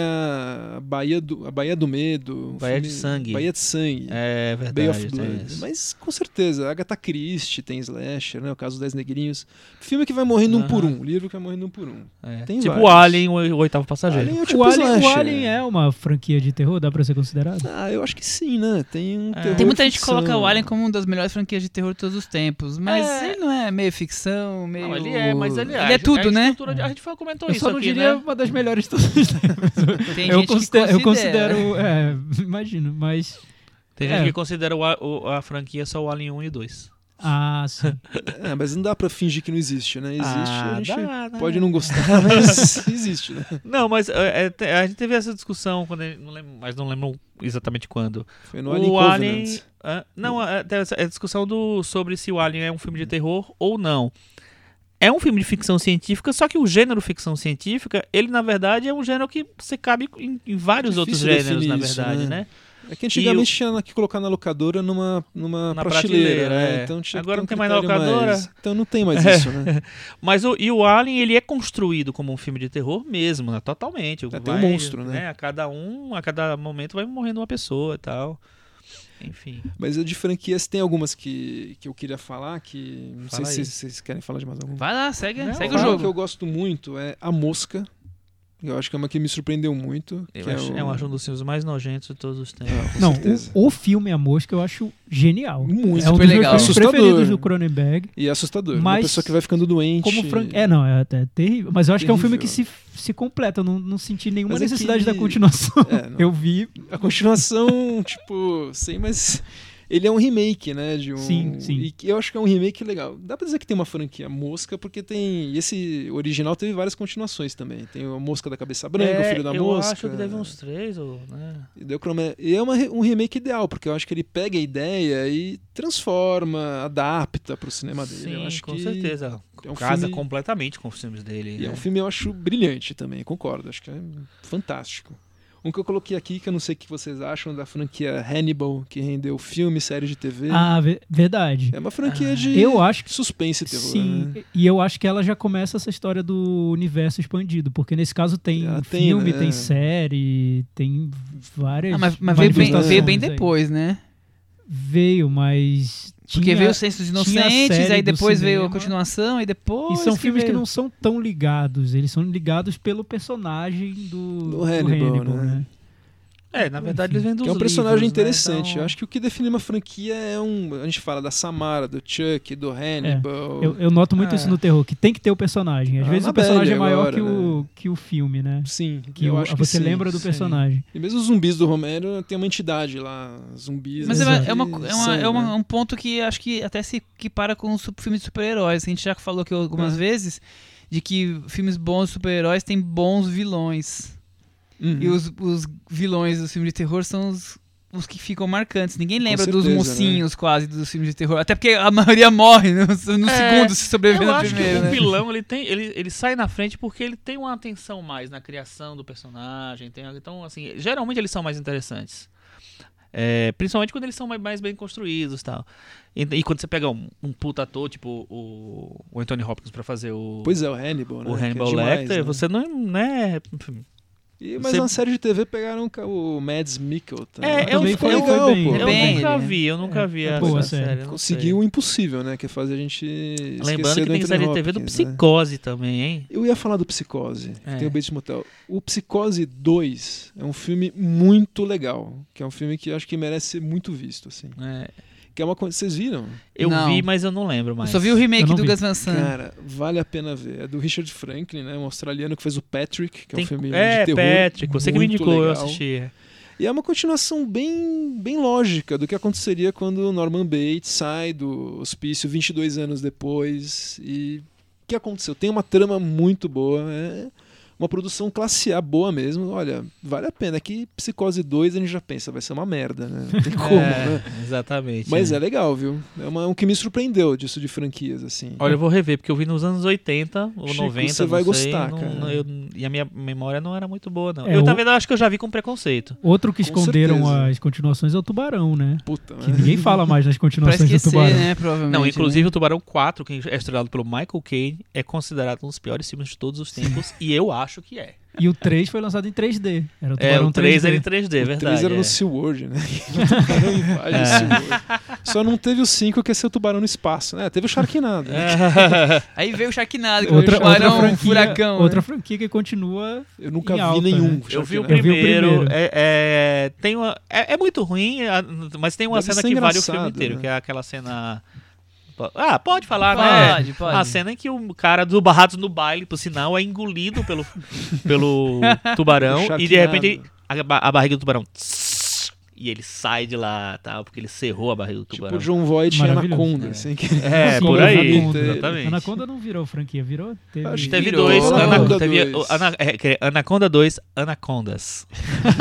a Bahia do, a Bahia do Medo. um Bahia é de Sangue. Bahia de Sangue. É Bay verdade. of tem Blood. isso. Mas com certeza, Agatha Christie tem slasher, né? O caso dos Negrinhos. Filme que vai morrendo um por Aham. um, livro que vai morrendo um por um. É. Tem tipo vários. o Alien, o, o oitavo passageiro. Alien é O tipo Alien, o slasher. Alien é uma franquia de terror, dá pra ser considerado? Ah, eu acho que sim, né? Tem um É. terror Tem muita gente que ficção. coloca o Alien como uma das melhores franquias de terror de todos os tempos, mas É. ele não é meio ficção, meio. Não, ele é, mas ele é. Ele é tudo, a né? estrutura de- a gente foi- comentou Eu isso só não aqui, diria né? uma das melhores de todos os tempos. Tem eu, gente que considero, eu considera. considero. É, imagino, mas. Tem gente É. que considera o a, o- a franquia só o Alien 1 e 2. Ah, sim. É, mas não dá pra fingir que não existe, né? Existe, Ah, a gente dá, né? pode não gostar, mas existe, né? Não, mas é, é, te- a gente teve essa discussão, quando ele- não lembro- mas não lembro exatamente quando. Foi no Alien o Alien. é Covenant. Hã? não, é, tem essa- é a discussão do, sobre se o Alien é um Hum. filme de terror ou não. É um filme de ficção científica, só que o gênero ficção científica, ele na verdade é um gênero que você cabe em, em vários outros Difícil gêneros, na definir isso, verdade, né? né? É que antigamente tinha que colocar na locadora numa, numa Na prateleira, prateleira, né? é. Então tinha que Agora ter um não tem mais critério locadora. É. mais- Então não tem mais isso, né? Mas o, e o Alien, ele é construído como um filme de terror mesmo, né? Totalmente. É, tem um monstro, né? A cada um, a cada momento vai morrendo uma pessoa e tal. Enfim. Mas de franquias tem algumas que, que eu queria falar, que não Fala sei aí. se vocês querem falar de mais alguma. Vai lá, segue, Não, segue o Uma jogo. que eu gosto muito é A Mosca. Eu acho que é uma que me surpreendeu muito. Eu que acho- é, o... É um, acho um dos filmes mais nojentos de todos os tempos. Ah, com Não, certeza. o, o filme A Mosca eu acho genial. Muito. é um super dos meus legal. filmes Assustador. preferidos do Cronenberg. E é assustador. Uma Mas- pessoa que vai ficando doente. Como Frank... É, não, é até terrível. Mas eu acho que é um filme Terrível. que se, se completa. Eu não, não senti nenhuma Mas é que necessidade ele- da continuação. É, não. Eu vi. A continuação, tipo, sei, mas. Ele é um remake, né? De um... Sim, sim. E que eu acho que é um remake legal. Dá pra dizer que tem uma franquia mosca, porque tem. e Esse original teve várias continuações também. Tem a Mosca da Cabeça Branca, o É, Filho da eu Mosca. acho que deve um uns três, ou, né? E daí o Cronenberg- E é uma re- um remake ideal, porque eu acho que ele pega a ideia e transforma, adapta pro cinema dele. Sim, eu acho com que certeza. é um Casa filme- completamente com os filmes dele. E é né? um filme eu acho brilhante também, concordo. Acho que é fantástico. Um que eu coloquei aqui, que eu não sei o que vocês acham, da franquia Hannibal, que rendeu filme, série de TV. Ah, ve- verdade. É uma franquia de Eu acho que suspense e terror. sim. um né? E eu acho que ela já começa essa história do universo expandido. Porque nesse caso tem Ela tem, filme, né? tem série, tem várias. Ah, mas mas veio, bem, manifestações veio bem aí. depois, né? Veio, mas. Porque tinha- veio o Senso dos tinha a série Inocentes, aí do depois veio a cinema. continuação, e depois. E são filmes que veio- não são tão ligados, eles são ligados pelo personagem do, do Hannibal, Hannibal, né? né? É, na verdade eles vêm dos Que é um personagem livros, né? interessante. Então- Eu acho que o que define uma franquia é um. A gente fala da Samara, do Chuck, do Hannibal. Eu, eu noto muito É. isso no terror, que tem que ter o personagem. Às A vezes o Annabelle personagem é maior Ah, agora, que, o, que o filme, né? Sim, Que eu o- acho que você sim, lembra do sim. personagem. E mesmo os zumbis do Romero tem uma entidade lá, zumbis. Mas é, né, uma- que é, uma, é, uma- são, é uma- né? um ponto que acho que até se equipara com os su- filmes de super-heróis. A gente já falou aqui algumas vezes de que filmes bons de super-heróis têm bons vilões. Uhum. E os, os vilões dos filmes de terror são os, os que ficam marcantes. Ninguém lembra dos certeza, mocinhos quase dos filmes de terror. Até porque a maioria morre no, no É, segundo se sobreviver Eu no acho primeiro. que o né? vilão ele tem, ele, ele sai na frente porque ele tem uma atenção mais na criação do personagem. tem- então, assim, geralmente eles são mais interessantes. É, principalmente quando eles são mais, mais bem construídos tal. e E quando você pega um, um puta ator, tipo o, o Anthony Hopkins pra fazer o, Pois é, o Hannibal, né? o que é Hannibal demais, Lecter, né? você não né, enfim, E, mas você- na série de TV pegaram o ca- o Mads Mikkel também. É, Mas eu- também eu- ficou eu- legal, foi pô. É Eu bem nunca ele, né? vi, eu nunca É, vi é a boa a série. série. eu não Conseguiu o impossível, né? Que é fazer a gente sei. esquecer Lembrando que do tem Anthony série de TV do Hopkins, né? Psicose também, hein? Eu ia falar do Psicose, que É. tem o Bates Motel. O Psicose 2 é um filme muito legal, que é um filme que eu acho que merece ser muito visto, assim. É, Que é uma coisa... Vocês viram? eu Não. vi, mas eu não lembro Eu mais. só vi o remake Eu não do vi. Gus Van Sant. Cara, vale a pena ver. É do Richard Franklin, né? Um australiano que fez o Patrick, que é Tem- um filme é, de terror. Patrick, você que me muito indicou, eu legal. assisti. E é uma continuação bem, bem lógica do que aconteceria quando o Norman Bates sai do hospício 22 anos depois. E o que aconteceu? Tem uma trama muito boa, é uma produção classe A boa mesmo. Olha, vale a pena. É Que Psicose 2 a gente já pensa, vai ser uma merda, né? Não tem como, É, né? Exatamente. Mas é. é legal, viu? É uma, um que me surpreendeu disso de franquias, assim. Olha, eu vou rever, porque eu vi nos anos 80 ou Chico, 90. você não vai sei, gostar, não- cara. não- eu- e a minha memória não era muito boa, não. É, eu, o- também acho que eu já vi com preconceito. Outro que Com esconderam certeza. as continuações é o Tubarão, né? Puta, Que né? ninguém fala mais nas Pra continuações do esquecer, Tubarão. né? Provavelmente. Não, inclusive né? o Tubarão 4, que é estrelado pelo Michael Caine, é considerado um dos piores filmes de todos os tempos, e eu acho que é. E o 3 foi lançado em 3D. Era o Tubarão É, o 3 era em 3D. 3D, é O verdade. três era é. no SeaWorld, né? Tubarão em Vagem, SeaWorld. Só não teve o 5 que é ser o tubarão no espaço, né? Teve o Sharknado. Aí veio o Sharknado, que Outra, o tubarão, outra um franquia, furacão. né? outra franquia que continua Eu nunca Em vi alta, nenhum. né? Eu vi o Sharknado. Eu vi o primeiro. primeiro. É, é- tem uma, é, é muito ruim, a- mas tem uma Deve cena ser que vale o filme engraçado, inteiro, né? que é aquela cena. Ah, pode falar, É. né? Pode, pode. A cena em que o cara do Barrados no baile, por sinal, é engolido pelo, pelo tubarão Chateado. e de repente a, ba- a barriga do tubarão. tss, E ele sai de lá, tal, porque ele cerrou a barriga do Tipo tubarão. o John Voight e Maravilhoso. Anaconda, assim. que- É, Sim, por aí. Anaconda. Exatamente. Anaconda não virou franquia, virou? Teve... Acho que Teve Virou. dois. Anaconda Anaconda, teve, dois. o- Ana- é, que é Anaconda 2, Anacondas.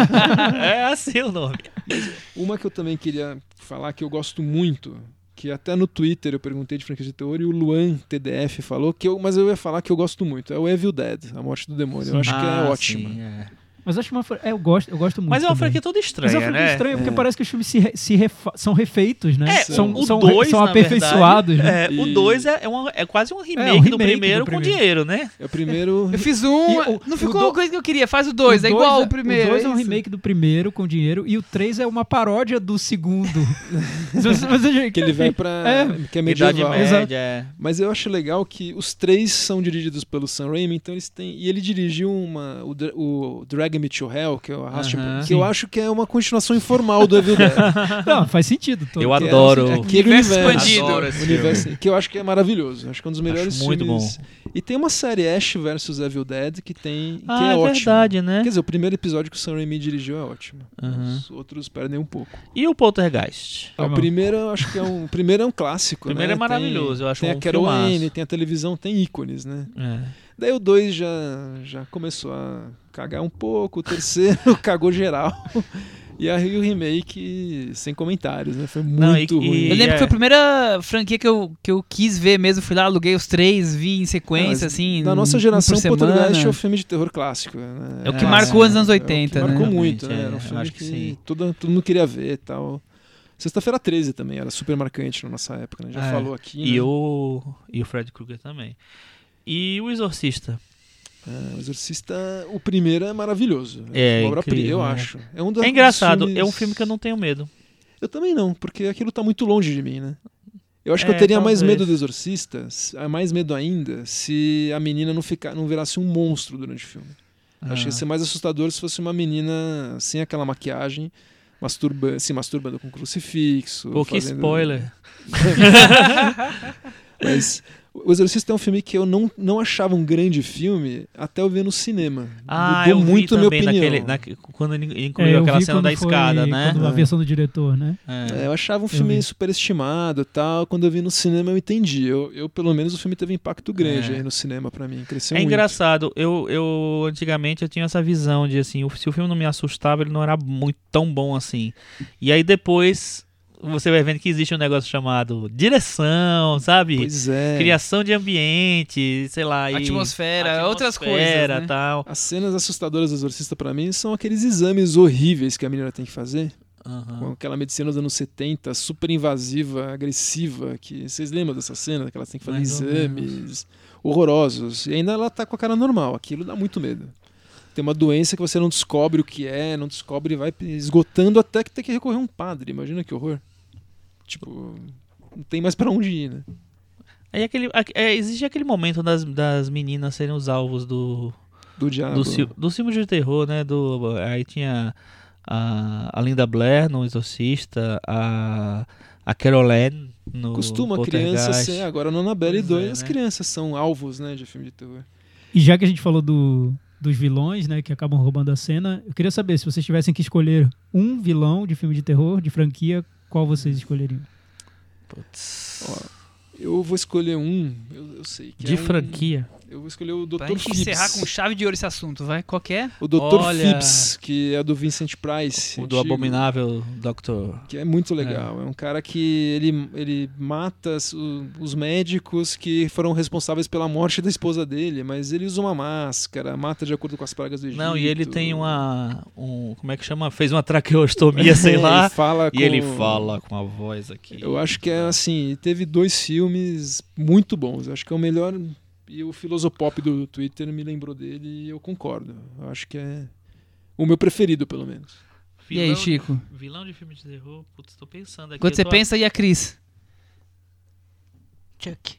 é assim o nome. É. Uma que eu também queria falar que eu gosto muito, que até no Twitter eu perguntei de franquia de terror e o Luan TDF falou que eu, mas eu ia falar que eu gosto muito. É o Evil Dead, A Morte do Demônio. Eu acho que é Ah, ótima. sim, é. Mas acho uma. fra- É, eu gosto, eu gosto muito. Mas é uma também. franquia toda Mas é uma estranha, franquia né? estranha, porque parece que os filmes se, re- se refa- são refeitos, né? É, são, o são, dois, são na verdade, aperfeiçoados, né? É, E- O 2 é, é uma- é quase um remake, do, remake do primeiro com primeiro. dinheiro, né? É o primeiro. Eu fiz um, E o- não o ficou do- a coisa que eu queria. Faz o dois, é dois igual o primeiro. O 2 é, é um isso. remake do primeiro com dinheiro e o 3 é uma paródia do segundo. Mas, mas, gente, Que ele vai pra. É. Que é Idade medieval. Exato. média. é. Mas eu acho legal que os três são dirigidos pelo Sam Raimi, então eles têm. E ele dirigiu uma. O, Dra- o Drag Me to Hell, que eu arrasto Aham. que eu Sim. acho que é uma continuação informal do Evil Dead. Não, faz sentido. Tô- Eu tô- Que é, adoro. assim, aquele Universo universo. expandido. Adoro esse Universo- que eu acho que é maravilhoso. Acho que é um dos melhores Acho muito filmes. E tem uma série Ash vs Evil Dead que tem. Que Ah, é, é, ótimo. verdade, né? Quer dizer, o primeiro episódio que o Sam Raimi dirigiu é ótimo. Aham. Os outros perdem um pouco. Tá E o Poltergeist? Ah, o Irmão. primeiro eu acho que é um. O primeiro é um clássico. O primeiro né? é maravilhoso, tem, eu acho Tem um a Carol filmaço. Anne, tem a televisão, tem ícones, né? É. Daí o dois já, já começou a cagar um pouco, o terceiro cagou geral. E aí o remake, sem comentários, né? Foi muito Não, e- ruim. e- Eu lembro é. que foi a primeira franquia que eu, que eu quis ver mesmo. Fui lá, aluguei os três, vi em Não, sequência, mas assim. Na um- nossa um geração, por o Poltergeist é semana. o filme de terror clássico. né? É o que clássico, marcou os anos né? 80, É o que marcou né? muito, Realmente, né? Era é, um filme acho que que, sim. todo, todo mundo queria ver e tal. Sexta-feira 13 também, era super marcante na nossa época, né? Já É. falou aqui, E né? o, e o Fred Krueger também. E o Exorcista? É, o Exorcista, o primeiro é maravilhoso. É uma obra-prima, incrível, eu né? acho. É, um dos É engraçado, filmes- é um filme que eu não tenho medo. Eu também não, porque aquilo tá muito longe de mim, né? Eu acho que É, eu teria mais talvez. medo do Exorcista, se- ah, mais medo ainda, se a menina não, ficar, não virasse um monstro durante o filme. Acho Ah. que ia ser mais assustador se fosse uma menina sem aquela maquiagem, masturba, se masturbando com um crucifixo. Pô, que fazendo- spoiler. Mas o Exorcista é um filme que eu não, não achava um grande filme até eu ver no cinema. Ah, Mudou eu vi muito a minha também opinião. naquele- naque- quando ele É, incluiu eu aquela vi cena da quando foi- escada, né? quando a É. versão do diretor, né? É. É, eu achava um Eu filme vi. superestimado e tal. Quando eu vi no cinema, eu entendi. Eu, eu, pelo menos, o filme teve impacto grande É. aí no cinema pra mim. Cresceu É muito. engraçado, eu, eu antigamente eu tinha essa visão de assim, o- se o filme não me assustava, ele não era muito tão bom assim. E aí depois você vai vendo que existe um negócio chamado direção, sabe? Pois é. Criação de ambiente, sei lá, e Atmosfera, outras atmosfera, tá, coisas. Né? tal. As cenas assustadoras do Exorcista pra mim são aqueles exames horríveis que a menina tem que fazer. Com Aham. aquela medicina dos anos 70, super invasiva, agressiva. que Vocês lembram dessa cena? Que elas têm que fazer Mais ou exames horrorosos. E ainda ela tá com a cara normal. Aquilo dá muito medo. Tem uma doença que você não descobre o que é, não descobre e vai esgotando até que tem que recorrer a um padre. Imagina que horror. Tipo, não tem mais pra onde ir, né? Aí aquele, aque- é, existe aquele momento das, das meninas serem os alvos do Do diabo. do, ci- do filme de terror, né? Do, aí tinha a, a Linda Blair no Exorcista, a, a Caroline no Costuma a criança Poltergeist. ser. Agora no Annabelle Pois 2, é, as né? crianças são alvos, né, de filme de terror. E já que a gente falou do, dos vilões, né, que acabam roubando a cena, eu queria saber se vocês tivessem que escolher um vilão de filme de terror, de franquia, qual vocês escolheriam? Putz. Eu vou escolher um, eu, eu sei que de é um- franquia. Eu vou escolher o Dr. Pra gente Phipps. encerrar com chave de ouro esse assunto, vai? Qual que é? O Dr. Olha. Phipps, que é do Vincent Price. O do antigo, abominável Dr. Que é muito legal. É, um cara que ele, ele mata os, os médicos que foram responsáveis pela morte da esposa dele, mas ele usa uma máscara, mata de acordo com as pragas do Egito. Não, e ele tem uma. Um, como é que chama? Fez uma traqueostomia, sei lá. Ele fala E ele com- fala com a voz aqui. Eu acho que é assim, teve dois filmes muito bons. Eu acho que é o melhor. E o Filosopop do Twitter me lembrou dele e eu concordo. Eu acho que é o meu preferido, pelo menos. E aí, Chico? Vilão de filme de terror? Putz, tô pensando aqui. Quando eu você tô- pensa, e a Cris? Chuck.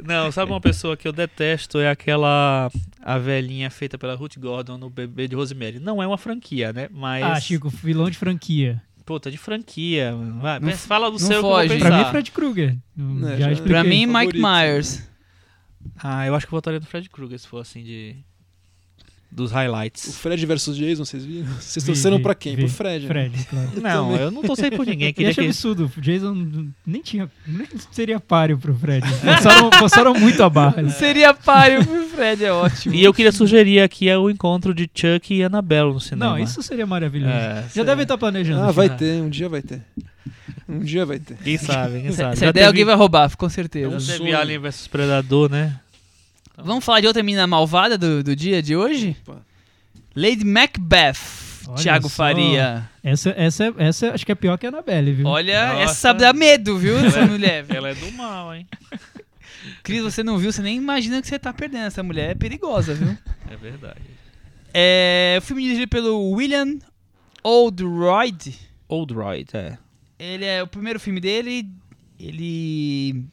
Não, sabe uma pessoa que eu detesto é aquela a velhinha feita pela Ruth Gordon no Bebê de Rosemary. Não é uma franquia, né? Mas Ah, Chico, vilão de franquia. puta de franquia. mano. Vai, Não pensa- fala não do seu foge. que eu Pra vou mim, é pensar. Fred Krueger. Eu É, já já- expliquei. Pra mim, favorito, Mike Myers. Ah, eu acho que eu votaria no Fred Krueger se for assim de dos O highlights. Fred versus Jason, vocês viram? Vocês Vi, torceram vi, pra quem? vi. Pro Fred. né? Fred, claro. Não, eu não torci por ninguém. E Queria achei que... absurdo. O Jason nem tinha. Nem seria páreo pro Fred. Forçaram, forçaram muito a barra. né? Seria páreo pro Fred, é ótimo. E eu queria sugerir aqui é o encontro de Chuck e Annabelle no cinema. Não, isso seria maravilhoso. é, Já devem estar planejando. Ah, Chico. vai ter, um dia vai ter. Um dia vai ter. Quem sabe, quem sabe. Se Já der, é alguém teve- vai roubar, com certeza. É um Já teve sonho. Alien vs Predador, né? Então, Vamos falar de outra menina malvada do, do dia de hoje? Opa. Lady Macbeth, Olha Thiago só. Faria. Essa, essa, é- essa acho que é pior que a Annabelle, viu? Olha, Nossa. essa dá medo, viu, dessa mulher. Ela é do mal, hein? Cris, você não viu, você nem imagina que você tá perdendo. Essa mulher é perigosa, viu? É verdade. É, o filme dirigido pelo William Oldroyd. Old Royd, é. Ele é o primeiro filme dele. Ele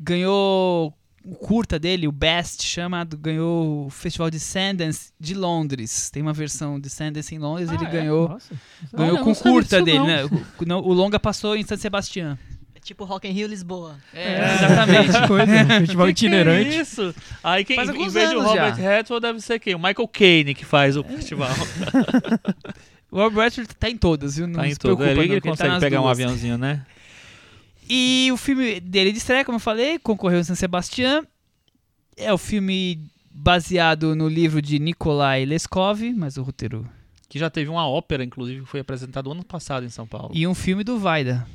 ganhou o curta dele, o Best, chamado, ganhou o Festival de Sundance de Londres. Tem uma versão de Sundance em Londres, Ah, é? ele ganhou, Nossa. ganhou Olha, com não o sabia curta disso dele, não. né? O, não, o longa passou em San Sebastião. É tipo Rock in Rio Lisboa. É, exatamente. Que coisa, um festival Que que é itinerante. isso? Aí quem, Faz em alguns vez do anos já. Robert Redford, deve ser quem? O Michael Caine que faz o festival. O Robert Redford tá em todas, viu? Não tá em se todo. preocupa, Ele, não, ele que tá consegue nas pegar um duas. aviãozinho, né? E o filme dele de estreia, como eu falei, concorreu em San Sebastián. É o filme baseado no livro de Nikolai Leskov, mas o roteiro. Que já teve uma ópera, inclusive, que foi apresentada ano passado em São Paulo. E um filme do Vaida.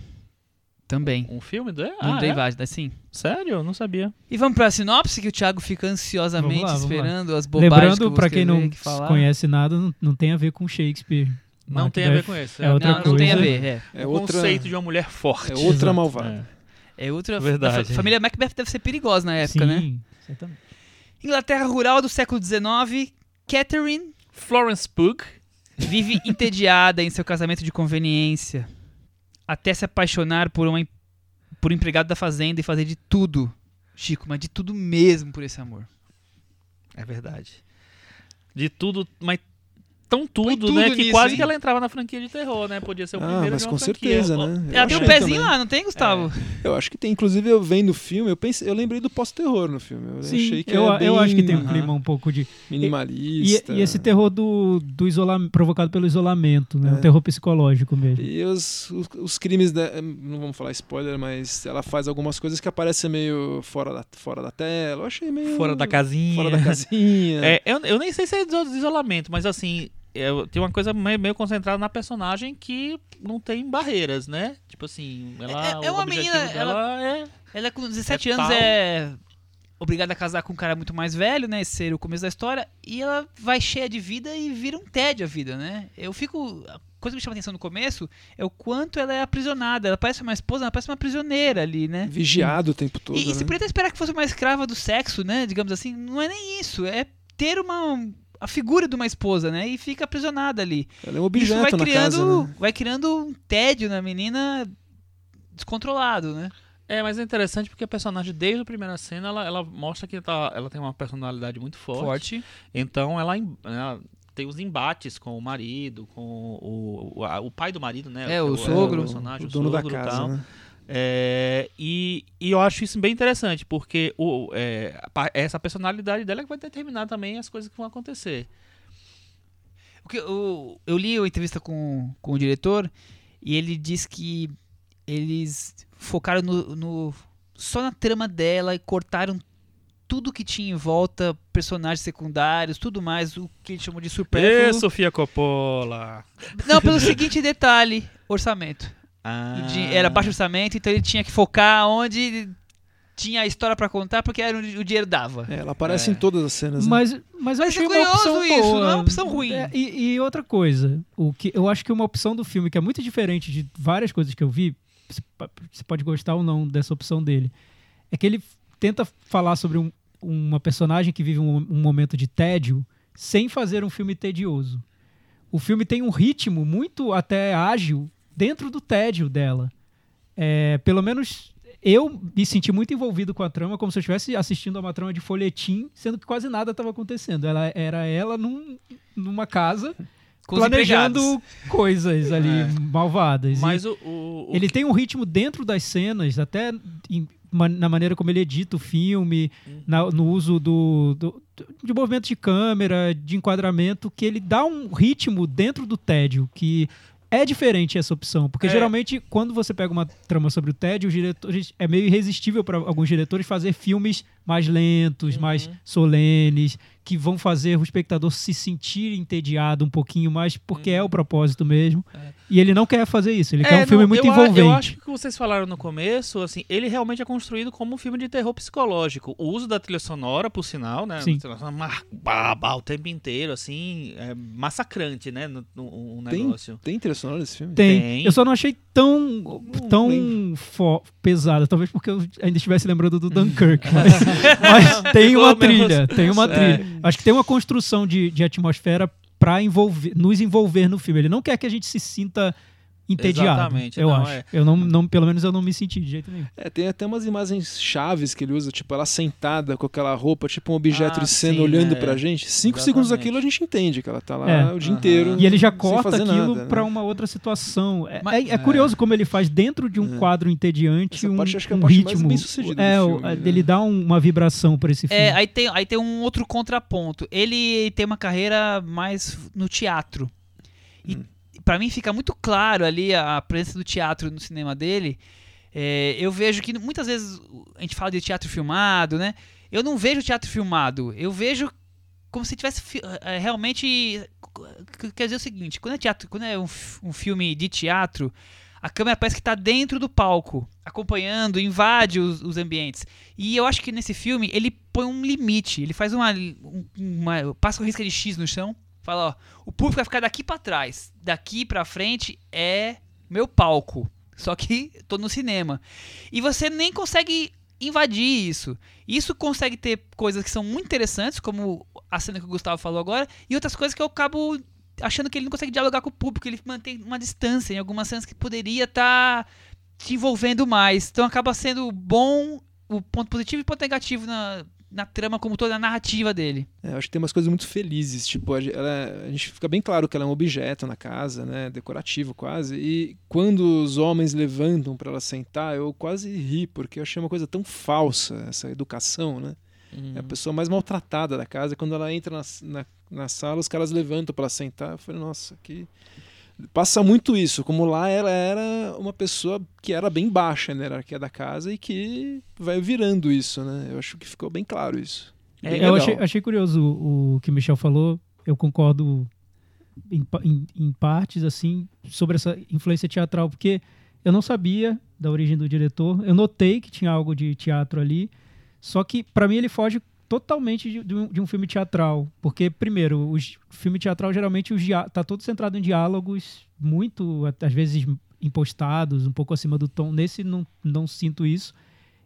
Também. Um filme do... Não Ah, dei é? Vaida, sim. Sério? Eu Não sabia. E vamos pra sinopse que o Thiago fica ansiosamente Vamos lá, vamos lá. esperando as bobagens. que eu Lembrando, vou pra quem escrever, não que falar. conhece nada, não, não tem a ver com Shakespeare. Não Macbeth. tem a ver com isso. é outra não, não tem a coisa. ver. É, É o outra, conceito de uma mulher forte. é outra Exato. malvada. é outra. Verdade. A fa- família Macbeth deve ser perigosa na época, Sim, né? exatamente. Inglaterra rural do século XIX, Catherine Florence Pugh. vive entediada em seu casamento de conveniência, até se apaixonar por, uma, em- por um empregado da fazenda e fazer de tudo, Chico, mas de tudo mesmo por esse amor. É verdade. De tudo, mas tão tudo, Põe tudo né? Que nisso, quase hein? que ela entrava na franquia de terror, né? Podia ser o Ah, primeiro mas de uma com franquia. certeza, Ó, né? Eu Ela tem um achei pezinho também. É. lá, não tem, Gustavo? Eu acho que tem. Inclusive, eu vendo o filme, eu pensei, eu lembrei do pós-terror no filme. Eu Sim, achei que eu, era eu bem acho que tem um Aham. clima um pouco de. E, minimalista. e esse terror do, do isolamento, provocado pelo isolamento, né? É. Um terror psicológico mesmo. E os, os, os crimes, da, eh, não vamos falar spoiler, mas ela faz algumas coisas que aparecem meio fora da, fora da tela. Eu achei meio. Fora da casinha. Fora da casinha. É, eu, eu nem sei se é iso- isolamento, mas assim, eu, tem uma coisa meio, meio concentrada na personagem que não tem barreiras, né? Tipo assim, ela, É- é o uma objetivo menina, dela é... Ela com 17 É anos pau. é obrigada a casar com um cara muito mais velho, né? Esse seria o começo da história. E ela vai cheia de vida e vira um tédio a vida, né? Eu fico. A coisa que me chama atenção no começo é o quanto ela é aprisionada. Ela parece uma esposa, ela parece uma prisioneira ali, É. né? Vigiado o tempo todo. E, e né? se podia até esperar que fosse uma escrava do sexo, né? Digamos assim, não é nem isso. É ter uma a figura de uma esposa, né? E fica aprisionada ali. Ela é um Isso vai objeto na criando, casa. né? vai criando um tédio na menina descontrolado, né? É, mas é interessante porque a personagem, desde a primeira cena, ela, ela mostra que tá- ela tem uma personalidade muito Então ela, em- ela tem os embates com o marido, com o, o, a- o pai do marido, né? É, o Que sogro. o, o personagem, o dono da sogro e casa, tal. né? É, e, e eu acho isso bem interessante, porque o, é, a pa- essa personalidade dela é que vai determinar também as coisas que vão acontecer. O que- o- eu li a entrevista com, com o diretor e ele diz que eles focaram no, no- só na trama dela e cortaram tudo que tinha em volta, personagens secundários, tudo mais, o que ele chamou de Ê, supérfluo. Sofia Coppola! Não, pelo seguinte detalhe, orçamento. Ah. O di- Ah, Era baixo orçamento, então ele tinha que focar onde tinha a história pra contar, porque era onde o dinheiro dava. É, ela aparece em todas as cenas. né? Mas, mas, eu Mas é achei uma curioso opção isso, boa. não é uma opção ruim. É, e, e outra coisa, o que eu acho que uma opção do filme que é muito diferente de várias coisas que eu vi, você pa- você pode gostar ou não dessa opção dele, é que ele tenta falar sobre um- uma personagem que vive um, um momento de tédio sem fazer um filme tedioso. O filme tem um ritmo muito até ágil dentro do tédio dela. É, pelo menos eu me senti muito envolvido com a trama, como se eu estivesse assistindo a uma trama de folhetim, sendo que quase nada estava acontecendo. Ela era ela num, numa casa Com os empregados. planejando coisas ali malvadas. E É. Mas o, o- o ele que- tem um ritmo dentro das cenas, até em- ma- na maneira como ele edita o filme, Hum. na- no uso do, do- de movimento de câmera, de enquadramento, que ele dá um ritmo dentro do tédio que é diferente essa opção, porque É. geralmente quando você pega uma trama sobre o tédio, os diretores é Uhum. meio irresistível para alguns diretores fazer filmes mais lentos, mais solenes, que vão fazer o espectador se sentir entediado um pouquinho mais, porque é o propósito mesmo. E ele não quer fazer isso, ele quer um filme Uhum. É. não, muito eu a- envolvente. Eu acho que o que vocês falaram no começo, assim, ele realmente é construído como um filme de terror psicológico. O uso da trilha sonora, por sinal, né? Sim. A trilha sonora mar- baba o tempo inteiro, assim, é massacrante, né? No, no- um Tem? negócio. Tem trilha sonora nesse filme? Tem. Tem. Eu só não achei tão, tão lembro. fo- pesada. Talvez porque eu ainda estivesse lembrando do Dunkirk. Mas, mas tem Ficou uma menos- trilha. Tem uma É. trilha. Acho que tem uma construção de, de atmosfera pra envolver, nos envolver no filme. Ele não quer que a gente se sinta entediado. Exatamente, Eu não, acho. é. Eu não, não, pelo menos eu não me senti de jeito nenhum. É, tem até umas imagens chaves que ele usa, tipo ela sentada com aquela roupa, tipo um objeto Ah, de cena sim, olhando é. pra gente. Cinco segundos Exatamente. daquilo a gente entende que ela tá lá É. o dia Aham. inteiro. E ele já sem corta fazer aquilo nada, pra né? uma outra situação. É, Mas- é- é curioso como ele faz dentro de um É. quadro entediante Essa um, parte acho que é a um parte mais ritmo. bem-sucedida é, do o- filme, ele né? dá um- uma vibração pra esse filme. É, aí tem, aí tem um outro contraponto. Ele tem uma carreira mais no teatro. E pra mim fica muito claro ali a presença do teatro no cinema dele. É, eu vejo que muitas vezes a gente fala de teatro filmado, né? Eu não vejo teatro filmado. Eu vejo como se tivesse fi- eh, realmente. Quer dizer o seguinte: quando é, teatro, quando é um, f- um filme de teatro, a câmera parece que tá dentro do palco, acompanhando, invade os- os ambientes. E eu acho que nesse filme ele põe um limite. Ele faz uma. um- uma passa uma risca de X no chão. Fala, ó, o público vai ficar daqui pra trás. Daqui pra frente é meu palco. Só que tô no cinema. E você nem consegue invadir isso. Isso consegue ter coisas que são muito interessantes, como a cena que o Gustavo falou agora, e outras coisas que eu acabo achando que ele não consegue dialogar com o público, ele mantém uma distância em algumas cenas que poderia estar te envolvendo mais. Então acaba sendo bom o ponto positivo e o ponto negativo na, na trama, como toda a narrativa dele. É, eu acho que tem umas coisas muito felizes, tipo, a, ge- ela- a gente fica bem claro que ela é um objeto na casa, né, decorativo quase, e quando os homens levantam pra ela sentar, eu quase ri, porque eu achei uma coisa tão falsa essa educação, né? Hum. Uhum. É a pessoa mais maltratada da casa, quando ela entra na, s- na, na sala, os caras levantam pra ela sentar, eu falei, nossa, que... Passa muito isso, como lá ela era uma pessoa que era bem baixa na hierarquia da casa e que vai virando isso, né? Eu acho que ficou bem claro isso. É, Bem eu legal. achei, achei curioso o, o que o Michel falou. Eu concordo em, pa- em- em partes, assim, sobre essa influência teatral, porque eu não sabia da origem do diretor. Eu notei que tinha algo de teatro ali, só que pra mim ele foge totalmente de, de um, de um filme teatral. Porque, primeiro, o filme teatral geralmente os dia- tá todo centrado em diálogos muito, a- às vezes, impostados, um pouco acima do tom. Nesse, não, não sinto isso.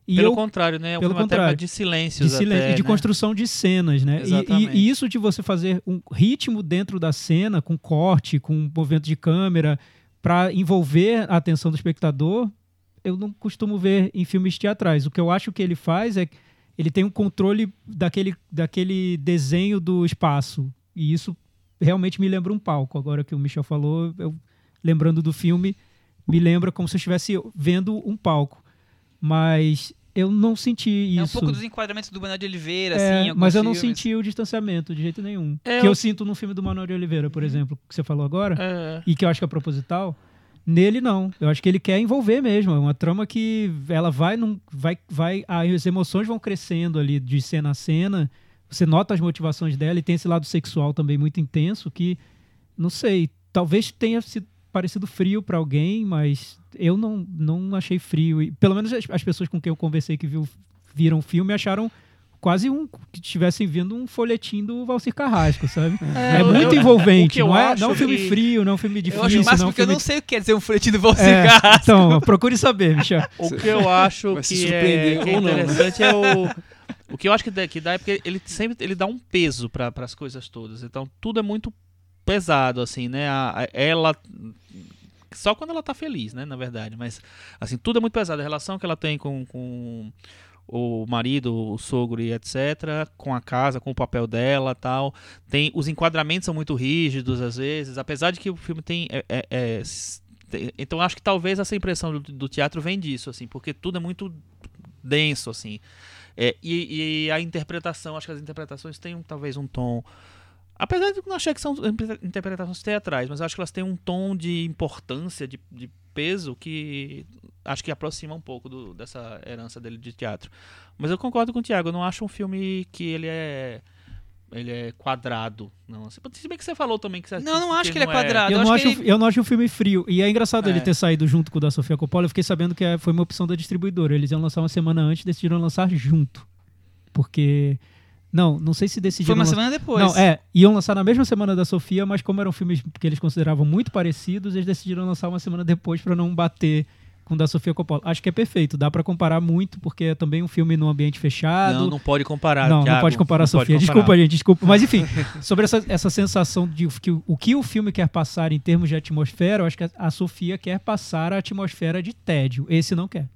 E Pelo eu contrário, né? É um pelo filme até contrário. de de silêncios silêncio até, e de né? construção de cenas, né? E- E, Exatamente. e isso de você fazer um ritmo dentro da cena, com corte, com movimento de câmera, para envolver a atenção do espectador, eu não costumo ver em filmes teatrais. O que eu acho que ele faz é que ele tem um controle daquele, daquele desenho do espaço. E isso realmente me lembra um palco. Agora que o Michel falou, eu lembrando do filme, me lembra como se eu estivesse vendo um palco. Mas eu não senti isso. É um pouco dos enquadramentos do Manuel de Oliveira, É, assim, em alguns mas eu não filmes. senti o distanciamento de jeito nenhum. É, que eu... eu- sinto no filme do Manuel de Oliveira, Uhum. por exemplo, que você falou agora, É. e que eu acho que é proposital. Nele não. Eu acho que ele quer envolver mesmo. É uma trama que ela vai num, vai vai aí as emoções vão crescendo ali de cena a cena. Você nota as motivações dela e tem esse lado sexual também muito intenso que não sei, talvez tenha sido parecido frio pra alguém, mas eu não, não achei frio. E, pelo menos as, as pessoas com quem eu conversei que viu, viram o filme acharam quase um que estivessem vendo um folhetim do Valcir Carrasco, sabe? É, eu- muito eu- o envolvente, que eu não é? acho Não é um filme que- frio, não é um filme Eu acho difícil, o não é máximo um que eu filme não sei o que quer dizer um folhetim do Valsir É, Carrasco. então, procure saber, Michel. O Você que eu acho vai se que é, surpreender que é ou não, né? interessante é o. O que eu acho que dá, que dá é porque ele sempre ele dá um peso para as coisas todas. Então tudo é muito pesado, assim, né? A- a- ela. Só quando ela tá feliz, né? Na verdade. Mas, assim, tudo é muito pesado. A relação que ela tem com, com o marido, o sogro e etc. Com a casa, com o papel dela tal. Tem, os enquadramentos são muito rígidos, às vezes. Apesar de que o filme tem. é- é- é s- tem- então acho que talvez essa impressão do, do teatro vem disso, assim, porque tudo é muito denso, assim. É, e, e a interpretação, acho que as interpretações têm um- talvez um tom. Apesar de que não achar que são inter- interpretações teatrais, mas acho que elas têm um tom de importância, de, de peso, que acho que aproxima um pouco do- dessa herança dele de teatro. Mas eu concordo com o Tiago, eu não acho um filme que ele é ele é quadrado. Não, se se bem que você falou também que você Não, não acho que ele é termo quadrado. Eu, Eu não acho acho, que o- eu não acho o filme frio. E é engraçado ele É. ter saído junto com o da Sofia Coppola. Eu fiquei sabendo que é- foi uma opção da distribuidora. Eles iam lançar uma semana antes e decidiram lançar junto. Porque. Não, não sei se Foi decidiram. uma lançar- semana depois. Não, é, iam lançar na mesma semana da Sofia, mas como eram filmes que eles consideravam muito parecidos, eles decidiram lançar uma semana depois pra não bater com o da Sofia Coppola. Acho que é perfeito, dá pra comparar muito, porque é também um filme num ambiente fechado. Não, não pode comparar. Não, não Ah, Thiago. pode comparar a Não pode Sofia. comparar. Desculpa, gente, desculpa. Mas enfim, sobre essa, essa sensação de o que, o- o que o filme quer passar em termos de atmosfera, eu acho que a, a Sofia quer passar a atmosfera de tédio. Esse não quer.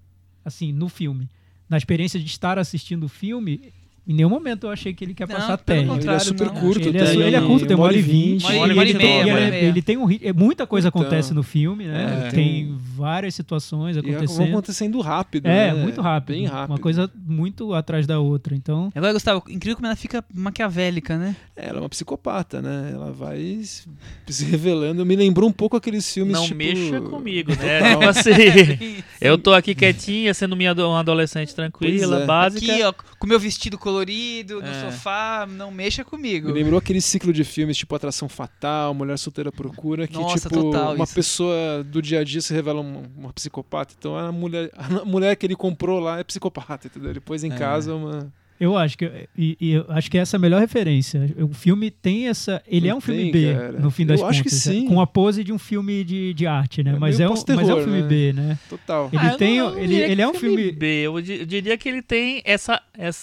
Assim, no filme. Na experiência de estar assistindo o filme, em nenhum momento eu achei que ele quer Não, passar pelo tédio. Ele é contrário, super não. curto. Ele é, tem ele é um- curto, tem uma hora e vinte. Uma hora e ele, meia, tem- uma hora e ele- meia. ele tem um rit- é Muita coisa Então. acontece no filme, né? É. tem várias situações E é, acabou acontecendo. acontecendo rápido. É, né? muito rápido. Bem rápido. Uma coisa muito atrás da outra. Então, É Agora, Gustavo, incrível como ela fica maquiavélica, né? Ela é uma psicopata, né? Ela vai se se revelando. Me lembrou um pouco aqueles filmes Não tipo... mexa comigo, né? Total. Tipo É, assim, eu tô aqui quietinha, sendo minha ado- uma adolescente tranquila, Pois é. básica. Aqui, ó, com meu vestido colorido, no É. sofá, não mexa comigo. Me lembrou aquele ciclo de filmes tipo Atração Fatal, Mulher Solteira à Procura, que Nossa, tipo total uma isso. pessoa do dia a dia se revela uma, uma psicopata. Então a mulher, a mulher que ele comprou lá é psicopata, entendeu? Ele pôs em É. casa uma eu acho que e, e eu acho que essa é a melhor referência. O filme tem essa, ele é um Não filme tem, B cara. no fim Eu das acho que contas, sim. é, com a pose de um filme de, de arte, né? É mas, meio é um, mas é um pós-terror, filme né? B, né? total. Ele Ah, eu tem, não- eu não ele, diria que ele é um filme B. Eu, di- eu diria que ele tem essa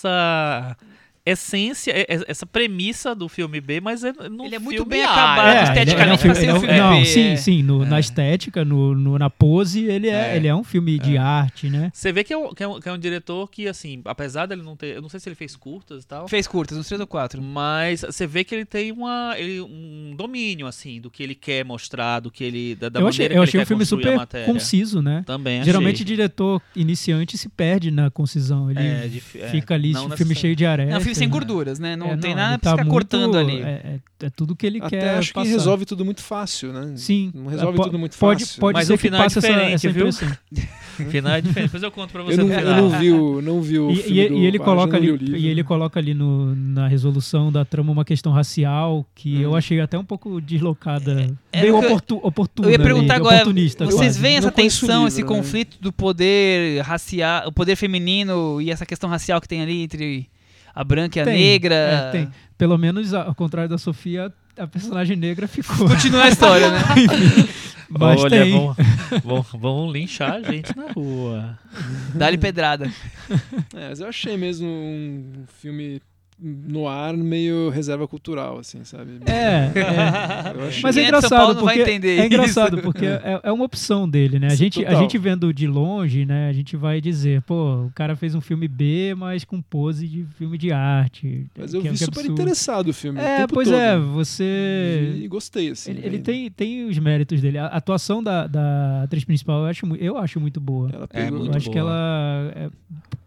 essa essência, é- é- essa premissa do filme B, mas é no Ele é muito filme bem A, acabado, né? ele- esteticamente, ele é um pra ser um ele é filme Não, B, sim, é. sim. no- Na estética, no, no- na pose, ele é, É. ele é um filme de arte, né? Você vê que é, um, que, é um, que é um diretor que, assim, apesar dele não ter. Eu não sei se ele fez curtas e tal. Fez curtas, uns três ou quatro. Mas você vê que ele tem uma, ele- um domínio, assim, do que ele quer mostrar, do que ele. Da, da eu maneira achei, que eu ele achei quer um filme construir a super matéria. conciso, né? Também achei. Geralmente, diretor iniciante se perde na concisão. Ele É, dif- é, fica ali, não filme necessariamente. cheio de areia. É um filme sem gorduras, né? Não tem nada pra tá ficar muito- cortando ali. É, é- é tudo que ele Até quer. acho passar. que resolve tudo muito fácil, né? Sim. Não resolve Po- tudo muito pode, fácil. Pode Mas ser o que final é passe essa, diferente, essa viu? impressão. Final é diferente. Depois eu conto pra você Eu não, no eu final. não vi o, não vi o E, filme e- do né? e ele Vargas, coloca não li ali, o livro. e ele coloca ali no, na resolução da trama uma questão racial que eu achei até um pouco deslocada, Uhum. É, meio é o que eu- oportu, oportuna. Eu ia ali, perguntar agora, oportunista, vocês quase. veem Não essa conheço o tensão, esse livro, né? conflito do poder racial, o poder feminino e essa questão racial que tem ali entre a branca e a Tem, negra? é, tem. Pelo menos, a- ao contrário da Sofia, a personagem negra ficou. Continua a história, né? Mas Olha, tem. vão, vão, vão linchar a gente na rua. Dá-lhe pedrada. É, mas eu achei mesmo um filme no ar meio reserva cultural, assim, sabe? É, é. Eu achei. Mas Quem é é de São engraçado, Paulo não vai porque entender é isso. engraçado porque é, é uma opção dele, né? A Sim, gente, a total. gente vendo de longe, né? A gente vai dizer, pô, o cara fez um filme B, mas com pose de filme de arte. Mas eu que é- vi que é super absurdo. interessado o filme. o É, tempo pois todo. é, você E gostei, assim. Uhum. ele, ele ainda. tem, tem os méritos dele. A atuação da, da atriz principal eu acho, mu- eu acho muito boa. Ela É, pegou. eu muito acho que boa. ela é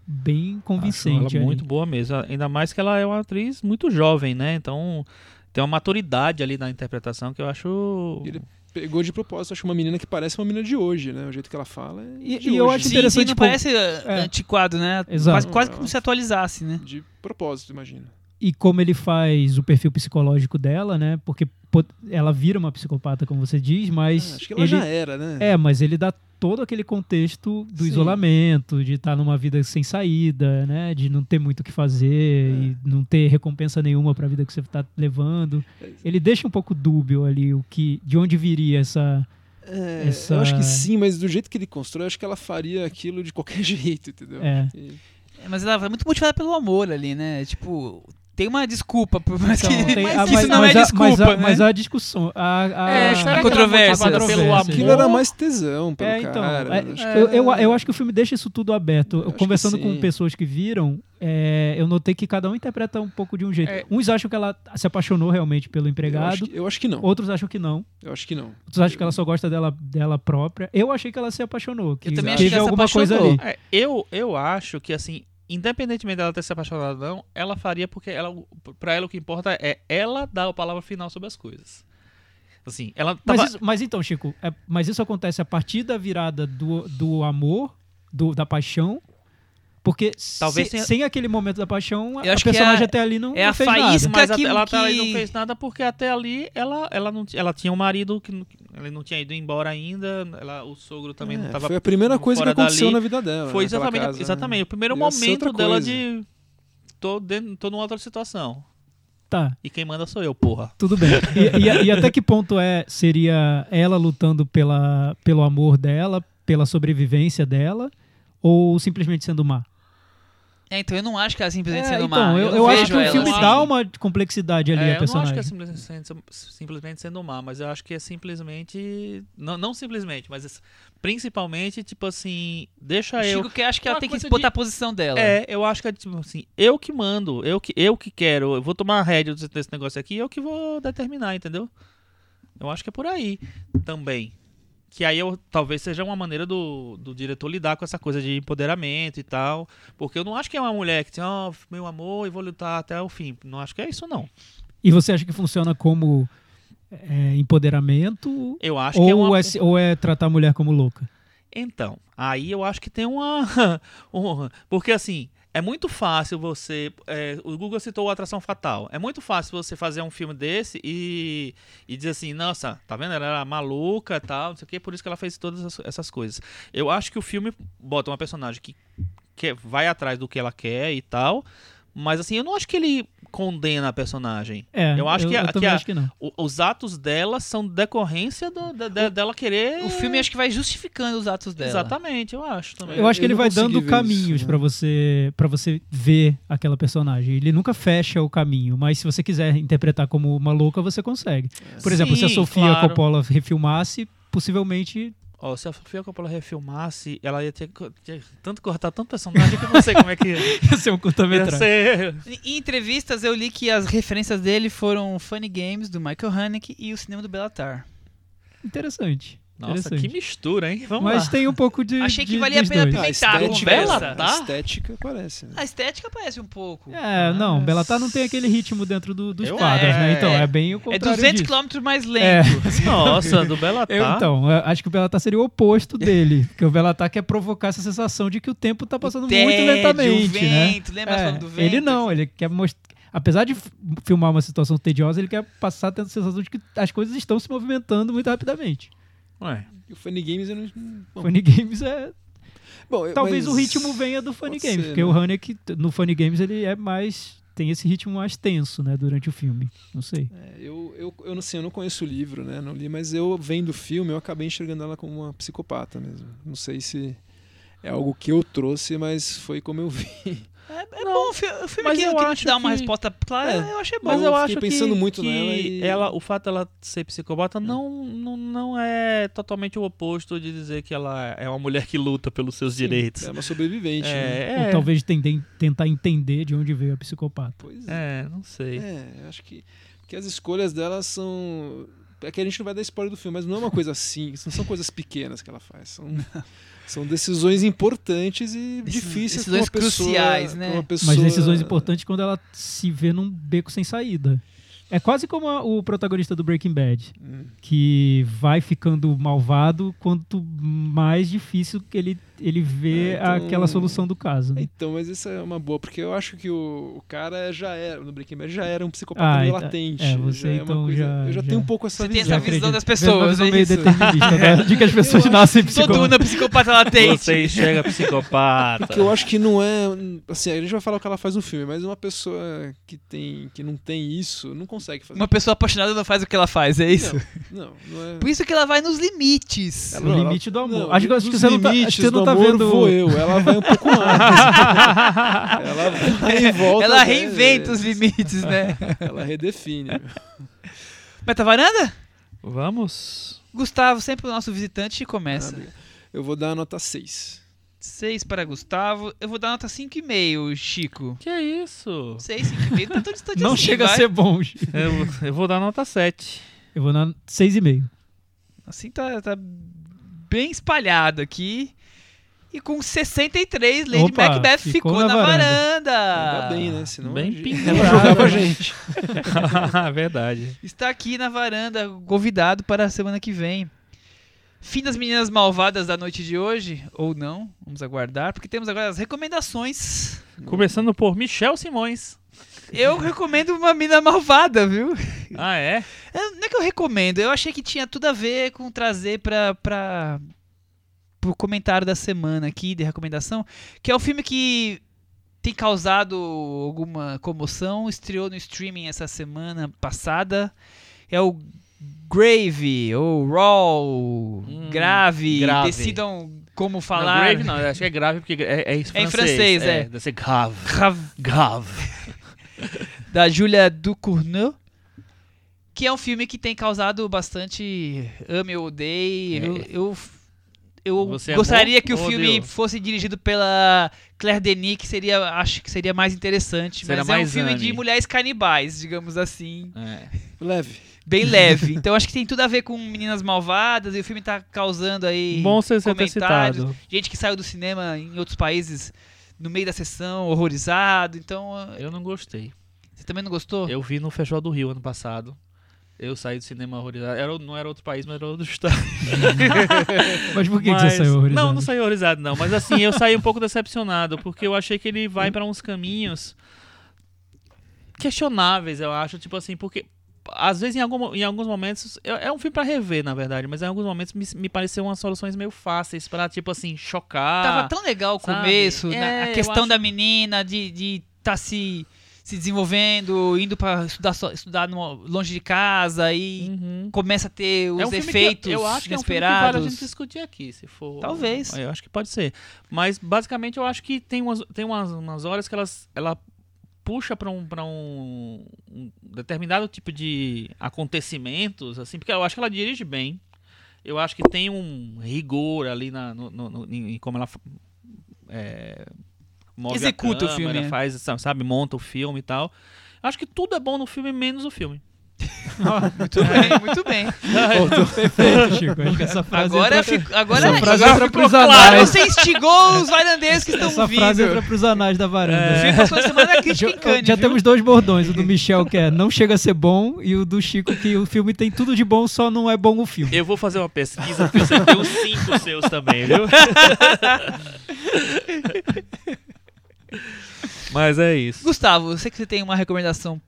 bem Acho convincente. Ela ali. muito boa mesmo. Ainda mais que ela é uma atriz muito jovem, né? Então tem uma maturidade ali na interpretação que eu acho. Ele- Pegou de propósito, acho uma menina que parece uma menina de hoje, né? O jeito que ela fala é E- de e eu hoje, acho né? Sim, sim, interessante, não tipo, parece uh, é. antiquado, né? Exato. Quase, quase como se atualizasse, né? de propósito, imagina. E como ele faz o perfil psicológico dela, né? Porque po- ela vira uma psicopata, como você diz, mas. Ah, acho que ela ele- já era, né? É, mas ele dá todo aquele contexto do Sim. isolamento, de estar numa vida sem saída, né? De não ter muito o que fazer É. e não ter recompensa nenhuma para a vida que você tá levando. Ele deixa um pouco dúbio ali o que, de onde viria essa. É, Essa- Eu acho que sim, mas do jeito que ele constrói, eu acho que ela faria aquilo de qualquer jeito, entendeu? É. E- É, Mas ela é muito motivada pelo amor ali, né? Tipo, tem uma desculpa, por mais Então, que, tem- que ah, mas- isso não é a- desculpa, mas a, né? mas a discussão. A, a- É, será que ela é controvérsias. motivada pelo amor? Controvérsias. Aquilo é era mais tesão pelo É, então. cara. é, acho que- eu, eu, eu acho que o filme deixa isso tudo aberto. acho que Conversando com sim. pessoas que viram, é, eu notei que cada um interpreta um pouco de um jeito. É. Uns acham que ela se apaixonou realmente pelo eu acho empregado, que- eu acho que não. outros acham que não. Eu acho que não. Outros acham que ela só gosta dela, dela própria. Eu achei que ela se apaixonou. Que Eu também teve achei que ela se alguma coisa apaixonou. ali. É, eu, eu acho que assim, independentemente dela ter se apaixonado ou não, ela faria porque ela, pra ela o que importa é ela dar a palavra final sobre as coisas. Assim, ela tava. Mas, isso- mas então, Chico, é- mas isso acontece a partir da virada do, do amor, do- da paixão, Porque Talvez se- tenha- sem aquele momento da paixão, Eu a acho que é personagem a- até ali não, é a não fez faísca- nada. Mas que- até- ela, até ali que- não fez nada porque até ali ela, ela, não, ti- ela tinha um marido que não- ele não tinha ido embora ainda, ela, o sogro também não É, estava foi a primeira coisa que fora aconteceu dali. na vida dela. Foi naquela exatamente, casa, né? exatamente o primeiro Ia ser outra momento dela coisa. de tô, dentro, tô numa outra situação Tá, e quem manda sou eu, porra. tudo bem. E, e a- e até que ponto é seria ela lutando pela, pelo amor dela, pela sobrevivência dela, ou simplesmente sendo má? É, então eu não acho que ela simplesmente É, sendo então, má. eu, não eu acho vejo que o ela filme assim. dá uma complexidade ali É, a eu não acho personagem. que é simplesmente, simplesmente sendo má, mas eu acho que é simplesmente não, não simplesmente, mas es- principalmente tipo assim, O deixa eu Chico que acha que ela Uma tem que coisa botar de- a posição dela. É, eu acho que é tipo assim, eu que mando, eu que, eu que quero, eu vou tomar a rédea desse- desse negócio aqui, eu que vou determinar, entendeu? Eu acho que é por aí também. Que aí eu, talvez seja uma maneira do, do diretor lidar com essa coisa de empoderamento e tal. Porque eu não acho que é uma mulher que tem, ó, meu amor, e vou lutar até o fim. Não acho que é isso, não. E você acha que funciona como é, empoderamento Eu acho ou, que é uma. é, se- ou é tratar a mulher como louca? Então, aí eu acho que tem uma. um- Porque assim, é muito fácil você. é, o Google citou o Atração Fatal. É muito fácil você fazer um filme desse e, e dizer assim, nossa, tá vendo? Ela era maluca e tal, não sei o quê, por isso que ela fez todas essas, essas coisas. Eu acho que o filme bota uma personagem que, que vai atrás do que ela quer e tal. Mas assim, eu não acho que ele condena a personagem. É, Eu acho que a- eu que também a- acho que não. O- os atos dela são decorrência do- da- da- dela querer. O filme acho que vai justificando os atos dela. Exatamente, é, eu acho também. Eu acho que eu ele não vai consegui dando ver caminhos isso, né? pra você para você ver aquela personagem. Ele nunca fecha o caminho, mas se você quiser interpretar como uma louca, você consegue. Por exemplo, se a Sim, Sofia claro. Coppola refilmasse, possivelmente Ó, se a Sofia Coppola refilmasse, ela ia ter, co- ter tanto cortar tanto personagem que eu não sei como é que ia ia ser um curta-metragem. ser. Em entrevistas eu li que as referências dele foram Funny Games, do Michael Haneke, e o cinema do Bellatar. Interessante. Nossa, interessante. que mistura, hein? Vamos Mas lá. tem um pouco de Achei que de- valia a dos pena dois. Ah, a Eita, estética, conversa, tá? a estética parece. né? A estética parece um pouco. É, não, Bellatar não tem aquele ritmo dentro do- dos Eu- quadros, né? é. Então, é bem o É contrário 200 disso. km mais É, lento. Nossa, do Bela eu, Tá. então, eu acho que o Bellatar seria o oposto dele. porque o Bellatar quer provocar essa sensação de que o tempo tá passando O tédio, muito lentamente, o né? vento, lembra falando do vento? ele não, ele quer mostrar... Apesar de f- filmar uma situação tediosa, ele quer passar tendo a sensação de que as coisas estão se movimentando muito rapidamente. Ué, E o Funny Games eu não. não- Bom, Funny Games é... bom, eu- Talvez mas- o ritmo venha do Funny pode Games, ser, porque né? o Haneke, no Funny Games, ele é mais... Tem esse ritmo mais tenso, né? Durante o filme. Não sei. É, Eu, eu, eu não sei, eu não conheço o livro, né? Não li, mas eu vendo o filme, eu acabei enxergando ela como uma psicopata mesmo. Não sei se é algo que eu trouxe, mas foi como eu vi. É bom, o fi- o filme Mas que, eu que não te acho dá uma que- resposta clara, eu achei bom. Mas eu, eu acho fiquei pensando que, muito que nela e- ela- o fato dela ser psicopata não, não, não é totalmente o oposto de dizer que ela é uma mulher que luta pelos seus direitos. É uma sobrevivente. né? É, Ou é, talvez tenden- tentar entender de onde veio a psicopata. Pois é. é, não sei. É, eu acho que, que as escolhas dela são. É que a gente não vai dar spoiler do filme, mas não é uma coisa assim. Não são coisas pequenas que ela faz. São, são decisões importantes e Decis- difíceis pra decisões uma pessoa- cruciais, pra né? uma Mas pessoa- decisões importantes quando ela se vê num beco sem saída. É quase como a- o protagonista do Breaking Bad, Hum. que vai ficando malvado quanto mais difícil que ele, ele vê É, então- aquela solução do caso. né? Então, mas isso é uma boa, porque eu acho que o, o cara já era, no Breaking Bad, já era um psicopata Ah, meio então- latente. é, você já é uma então coisa- já- eu já, já- tenho um pouco essa Você tem visão. essa é Já visão acredito. das Vendo uma pessoas, visão é meio isso? determinista, né? De que as pessoas nascem Todo psicopata. mundo é psicopata latente. Você enxerga psicopata. Porque eu acho que não é. Assim, a gente vai falar o que ela faz no filme, mas uma pessoa que tem que não tem isso não consegue fazer. Uma pessoa apaixonada não faz o que ela faz, é isso? Não, não é. Por isso que ela vai nos limites. Ela- O Não, limite do amor. não, acho, que- acho que dos você É, não tá, acho limites que você não do tá amor vendo. Vou eu, ela vai um pouco mais. ela vai e volta. Ela né, reinventa velho? os limites, né? Ela redefine. Meta varanda? Vamos. Gustavo, sempre o nosso visitante, começa. Eu vou dar a nota 6. 6 para Gustavo. Eu vou dar nota 5,5, Chico. Que é isso? 6, 5,5, não tá tão distante Não assim, chega vai. a ser bom. gente. Eu, eu vou dar nota 7. Eu vou na 6,5. Assim tá, tá bem espalhado aqui. E com 63, Lady Opa, Macbeth ficou, ficou na, na varanda. Ah, Ainda bem, né? Senão Bem a gente- pendurado. ela jogava a gente. Verdade. Está aqui na varanda, convidado para a semana que vem. Fim das meninas malvadas da noite de hoje, ou não, vamos aguardar, porque temos agora as recomendações. Começando por Michel Simões. Eu recomendo uma mina malvada, viu? Ah, é? Eu- Não é que eu recomendo, eu achei que tinha tudo a ver com trazer pra. pra pro comentário da semana aqui, de recomendação, que é o filme que tem causado alguma comoção, estreou no streaming essa semana passada. É o Grave, ou Raw, Hum, grave, Grave. decidam como Não, falar. grave não, eu acho que é grave porque é, é em francês. francês, é. Deve ser grave. Grave. Grave. da Julia Ducournau, que é um filme que tem causado bastante ame ou odeie. Eu, eu, eu É. Você amou gostaria que o ou filme odiou? fosse dirigido pela Claire Denis, que seria, acho que seria mais interessante. Seria mas é um mais filme ame. de mulheres canibais, digamos assim, É. Leve. bem leve. então acho que tem tudo a ver com meninas malvadas e o filme tá causando aí Bom você ter comentários, citado. gente que saiu do cinema em outros países no meio da sessão, horrorizado. Então, Eu não gostei. você também não gostou? Eu vi no Festival do Rio ano passado. Eu saí do cinema horrorizado. Era, não era outro país, mas era outro estado. Mas por que, que Mas- você saiu horrorizado? Não, não saí horrorizado, não. Mas assim, eu saí um pouco decepcionado, porque eu achei que ele vai pra uns caminhos questionáveis, eu acho. Tipo assim, porque às vezes em, algum, em alguns momentos. É é um filme pra rever, na verdade, mas em alguns momentos me, me pareceu umas soluções meio fáceis pra, tipo assim, chocar. Ah, Tava tão legal o sabe? começo, na- É, a eu questão acho- da menina, de estar tá se, se desenvolvendo, indo pra estudar, só- estudar no- longe de casa e Uhum. começa a ter os É um filme que efeitos eu acho que é um filme que inesperados. vale a gente discutir aqui, se for. Talvez. Eu acho que pode ser. Mas basicamente eu acho que tem umas, tem umas, umas horas que elas, ela puxa pra um, pra um, um determinado tipo de acontecimentos, assim, porque eu acho que ela dirige bem. Eu acho que tem um rigor ali na, no- no- no- em como ela é, move Executa a o câmera, filme, é. faz, sabe, monta o filme e tal. Acho que tudo é bom no filme, menos o filme. Muito É, bem, muito bem. Perfeito, Chico. Acho que essa frase Agora, entra... fico- agora, essa frase agora entra ficou pros claro, anais. você instigou os vailandeiros que estão Essa frase ouvindo. entra pros anais da varanda. O filme passou a semana crítica Já, em Cannes, já viu? temos dois bordões, o do Michel que é não chega a ser bom e o do Chico que o filme tem tudo de bom, só não é bom o filme. Eu vou fazer uma pesquisa porque você tem uns cinco seus também, viu? Mas é isso. Gustavo, eu sei que você tem uma recomendação.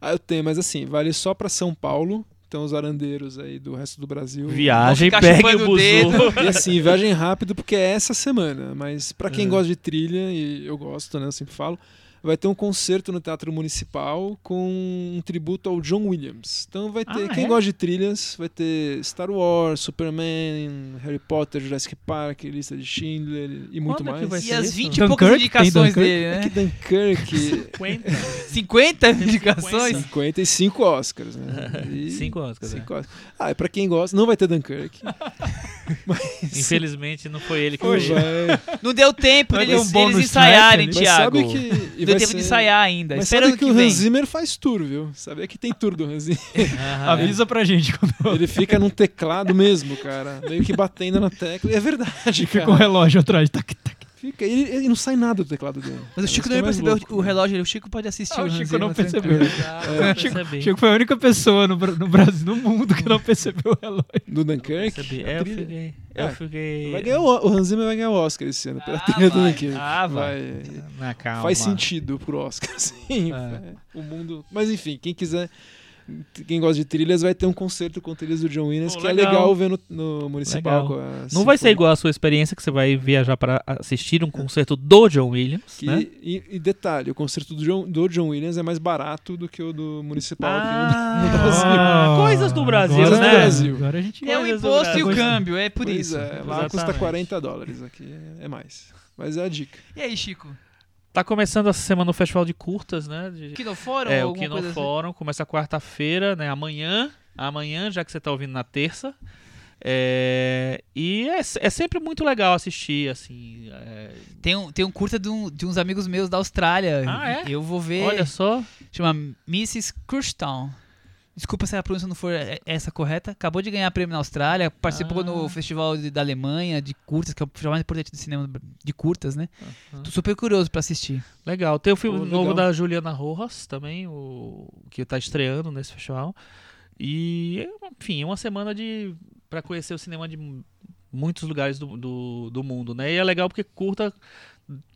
Ah, eu tenho, mas assim, vale só pra São Paulo. Então os arandeiros aí do resto do Brasil. Viagem, Vou ficar pegue chupando o o buzu. dedo. E assim, viagem rápido porque é essa semana, mas pra Uhum. quem gosta de trilha, e eu gosto, né, eu sempre falo, vai ter um concerto no Teatro Municipal com um tributo ao John Williams. Então vai ter, Ah, quem é? gosta de trilhas, vai ter Star Wars, Superman, Harry Potter, Jurassic Park, Lista de Schindler e muito Quando é que mais. vai E ser as isso? 20 e poucas Dunkirk? Tem indicações Dunkirk? dele, É né? que Dunkirk 50. 50 indicações? 55 Oscars, né? E- 5 Oscars. cinco Oscars. Ah, é pra quem gosta, não vai ter Dunkirk. é. Infelizmente não foi ele que Não foi. vai. Não deu tempo Vai deles, ter um deles bônus ensaiarem, Mas track, Thiago. sabe que. e Não deu vai tempo ser- de ensaiar ainda. Mas Espera sabe ano que, que o vem. Hans Zimmer faz tour, viu? Sabia que tem tour do Hans Zimmer. Avisa pra gente quando Ele fica num teclado mesmo, cara. Meio que batendo na tecla. E É verdade, fica com o cara. relógio atrás. Tá Tac, tac. Fica, ele, ele não sai nada do teclado dele. Mas o Chico Isso é não mais percebeu louco, o é né? É. relógio, o Chico pode assistir. Ah, o o assim, Chico Hans não Zimmer, percebeu. Ah, Chico- percebi. Chico foi a única pessoa no, Bra- no Brasil, no mundo, que não percebeu o relógio. Do Dunkirk. Percebi. a É, eu trilha. fiquei. Eu Ah, fiquei. Vai ganhar o, o Hans Zimmer vai ganhar o Oscar esse ano. Pela Ah, trilha do vai. Dunkirk. Ah, vai. Na Ah, calma. Faz sentido pro Oscar, sim. É. O mundo. Mas enfim, quem quiser. Quem gosta de trilhas vai ter um concerto com trilhas do John Williams, Pô, que é legal. legal ver no, no municipal. Legal. com a Não vai sinfonia. ser igual a sua experiência que você vai viajar para assistir um concerto do John Williams, Que- né? e, e detalhe, o concerto do John, do John Williams é mais barato do que o do municipal aqui no, no Brasil. Ah, coisas do Brasil, Coisas do né? Brasil. Agora a gente É o Coisas do imposto e o Brasil. câmbio, é por Pois isso. É, lá custa Exatamente. 40 dólares, aqui é, é mais. Mas é a dica. E aí, Chico? Tá começando essa semana o festival de curtas, né? De- Que não foram? É, o alguma que não coisa assim? foram. Começa quarta-feira, né? Amanhã. Amanhã, já que você tá ouvindo na terça. É, e é, se- é sempre muito legal assistir, assim. é, Tem um, tem um curta de, um- de uns amigos meus da Austrália. Ah, é? Eu vou ver. olha só. Chama Mrs. Kirstown. Desculpa se a pronúncia não for é- essa correta. Acabou de ganhar prêmio na Austrália, participou Ah. no Festival de- da Alemanha de curtas, que é o festival mais importante do cinema do- de curtas, né? Aham. Tô super curioso pra assistir. Legal. Tem o filme Pô, novo legal. da Juliana Rojas também, o que tá estreando nesse festival. E, enfim, é uma semana de para conhecer o cinema de muitos lugares do, do, do mundo, né? E é legal porque curta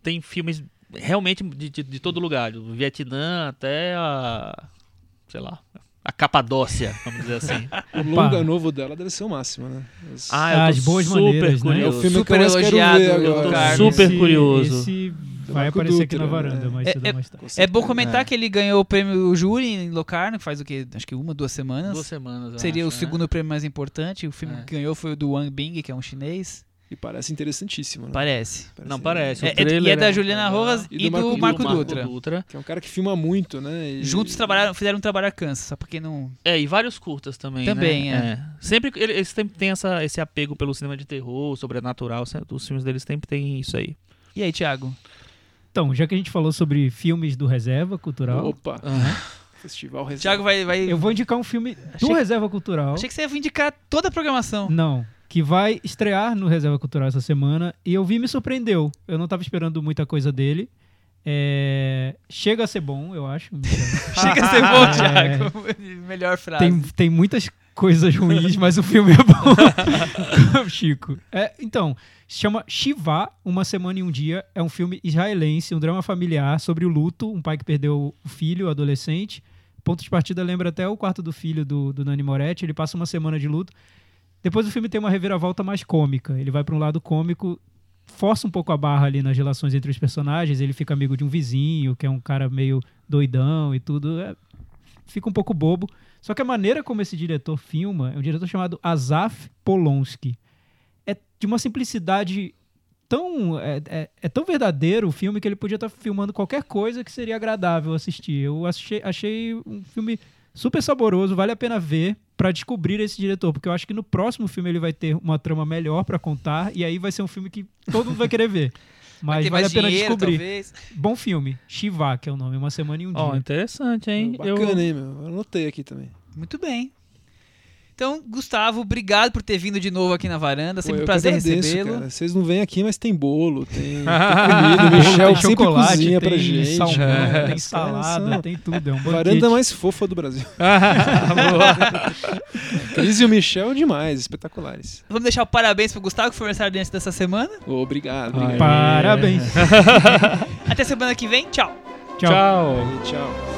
tem filmes realmente de, de, de todo lugar, do Vietnã até a, sei lá, a Capadócia, vamos dizer assim. O longa novo dela deve ser o máximo, né? Mas- eu As tô boas super maneiras, né? é o curioso. filme que eu Super mais quero elogiado, ver eu tô agora. Carlos. super Esse- curioso. esse vai Marco aparecer aqui Dutra, na varanda, né? mais É- cedo ou mais tá. tarde. É bom comentar que ele ganhou o prêmio júri em Locarno, que faz o que? Acho que uma, duas semanas. Duas semanas, eu Seria acho, o né? segundo prêmio mais importante. O filme É. que ganhou foi o do Wang Bing, que é um chinês. E parece interessantíssimo, né? Parece. Não, parece. o É- é- e trailer é da muito Juliana legal. Rojas E e, do do, Marco Marco, Dutra. Dutra. Que é um cara que filma muito, né? E- Juntos trabalharam, fizeram um trabalho a cansa, só pra quem não. É, e vários curtas também. Também, né? Sempre que ele- eles sempre têm essa, esse apego pelo cinema de terror, sobrenatural. sempre- Os filmes deles sempre tem isso aí. E aí, Thiago? Então, já que a gente falou sobre filmes do Reserva Cultural, Opa, festival reserva. Thiago vai. vai... eu vou indicar um filme do Achei- Reserva Cultural. Achei que você ia indicar toda a programação. Não. Que vai estrear no Reserva Cultural essa semana. E eu vi e me surpreendeu. Eu não tava esperando muita coisa dele. É, Chega a ser bom, eu acho. Então, Chega a ser bom, É. Thiago. Melhor frase. tem, tem muitas coisas ruins, mas o filme é bom. Chico. É, então, se chama Shiva, Uma Semana e um Dia. É um filme israelense, um drama familiar sobre o luto. Um pai que perdeu o filho, o adolescente. Ponto de partida lembra até o quarto do filho do, do Nani Moretti. Ele passa uma semana de luto. Depois o filme tem uma reviravolta mais cômica. Ele vai para um lado cômico, força um pouco a barra ali nas relações entre os personagens. Ele fica amigo de um vizinho, que é um cara meio doidão e tudo. É, fica um pouco bobo. Só que a maneira como esse diretor filma é um diretor chamado Azaf Polonsky. É de uma simplicidade tão. É, é- é tão verdadeiro o filme que ele podia estar filmando qualquer coisa que seria agradável assistir. Eu achei, achei um filme super saboroso, vale a pena ver pra descobrir esse diretor, porque eu acho que no próximo filme ele vai ter uma trama melhor pra contar e aí vai ser um filme que todo mundo vai querer ver. Vai Mas ter vale a mais pena dinheiro, descobrir. talvez. Bom filme. Shiva, que é o nome, uma semana e um Ó, dia. interessante, hein? Eu- Bacana, hein, meu? Eu anotei aqui também. Muito bem. Então, Gustavo, obrigado por ter vindo de novo aqui na varanda. Pô, eu Sempre um que prazer agradeço, recebê-lo. cara. Vocês não vêm aqui, mas tem bolo, tem, tem comida. O Michel tem sempre chocolate, cozinha pra tem gente. salmão, É, tem os caras salada, são- tem tudo. É um banquete. Varanda mais fofa do Brasil. Cris e o Michel demais, espetaculares. Vamos deixar o parabéns pro Gustavo, que foi aniversário dentro dessa semana. Obrigado, obrigado. Parabéns. Até semana que vem. Tchau. Tchau. Tchau. Tchau.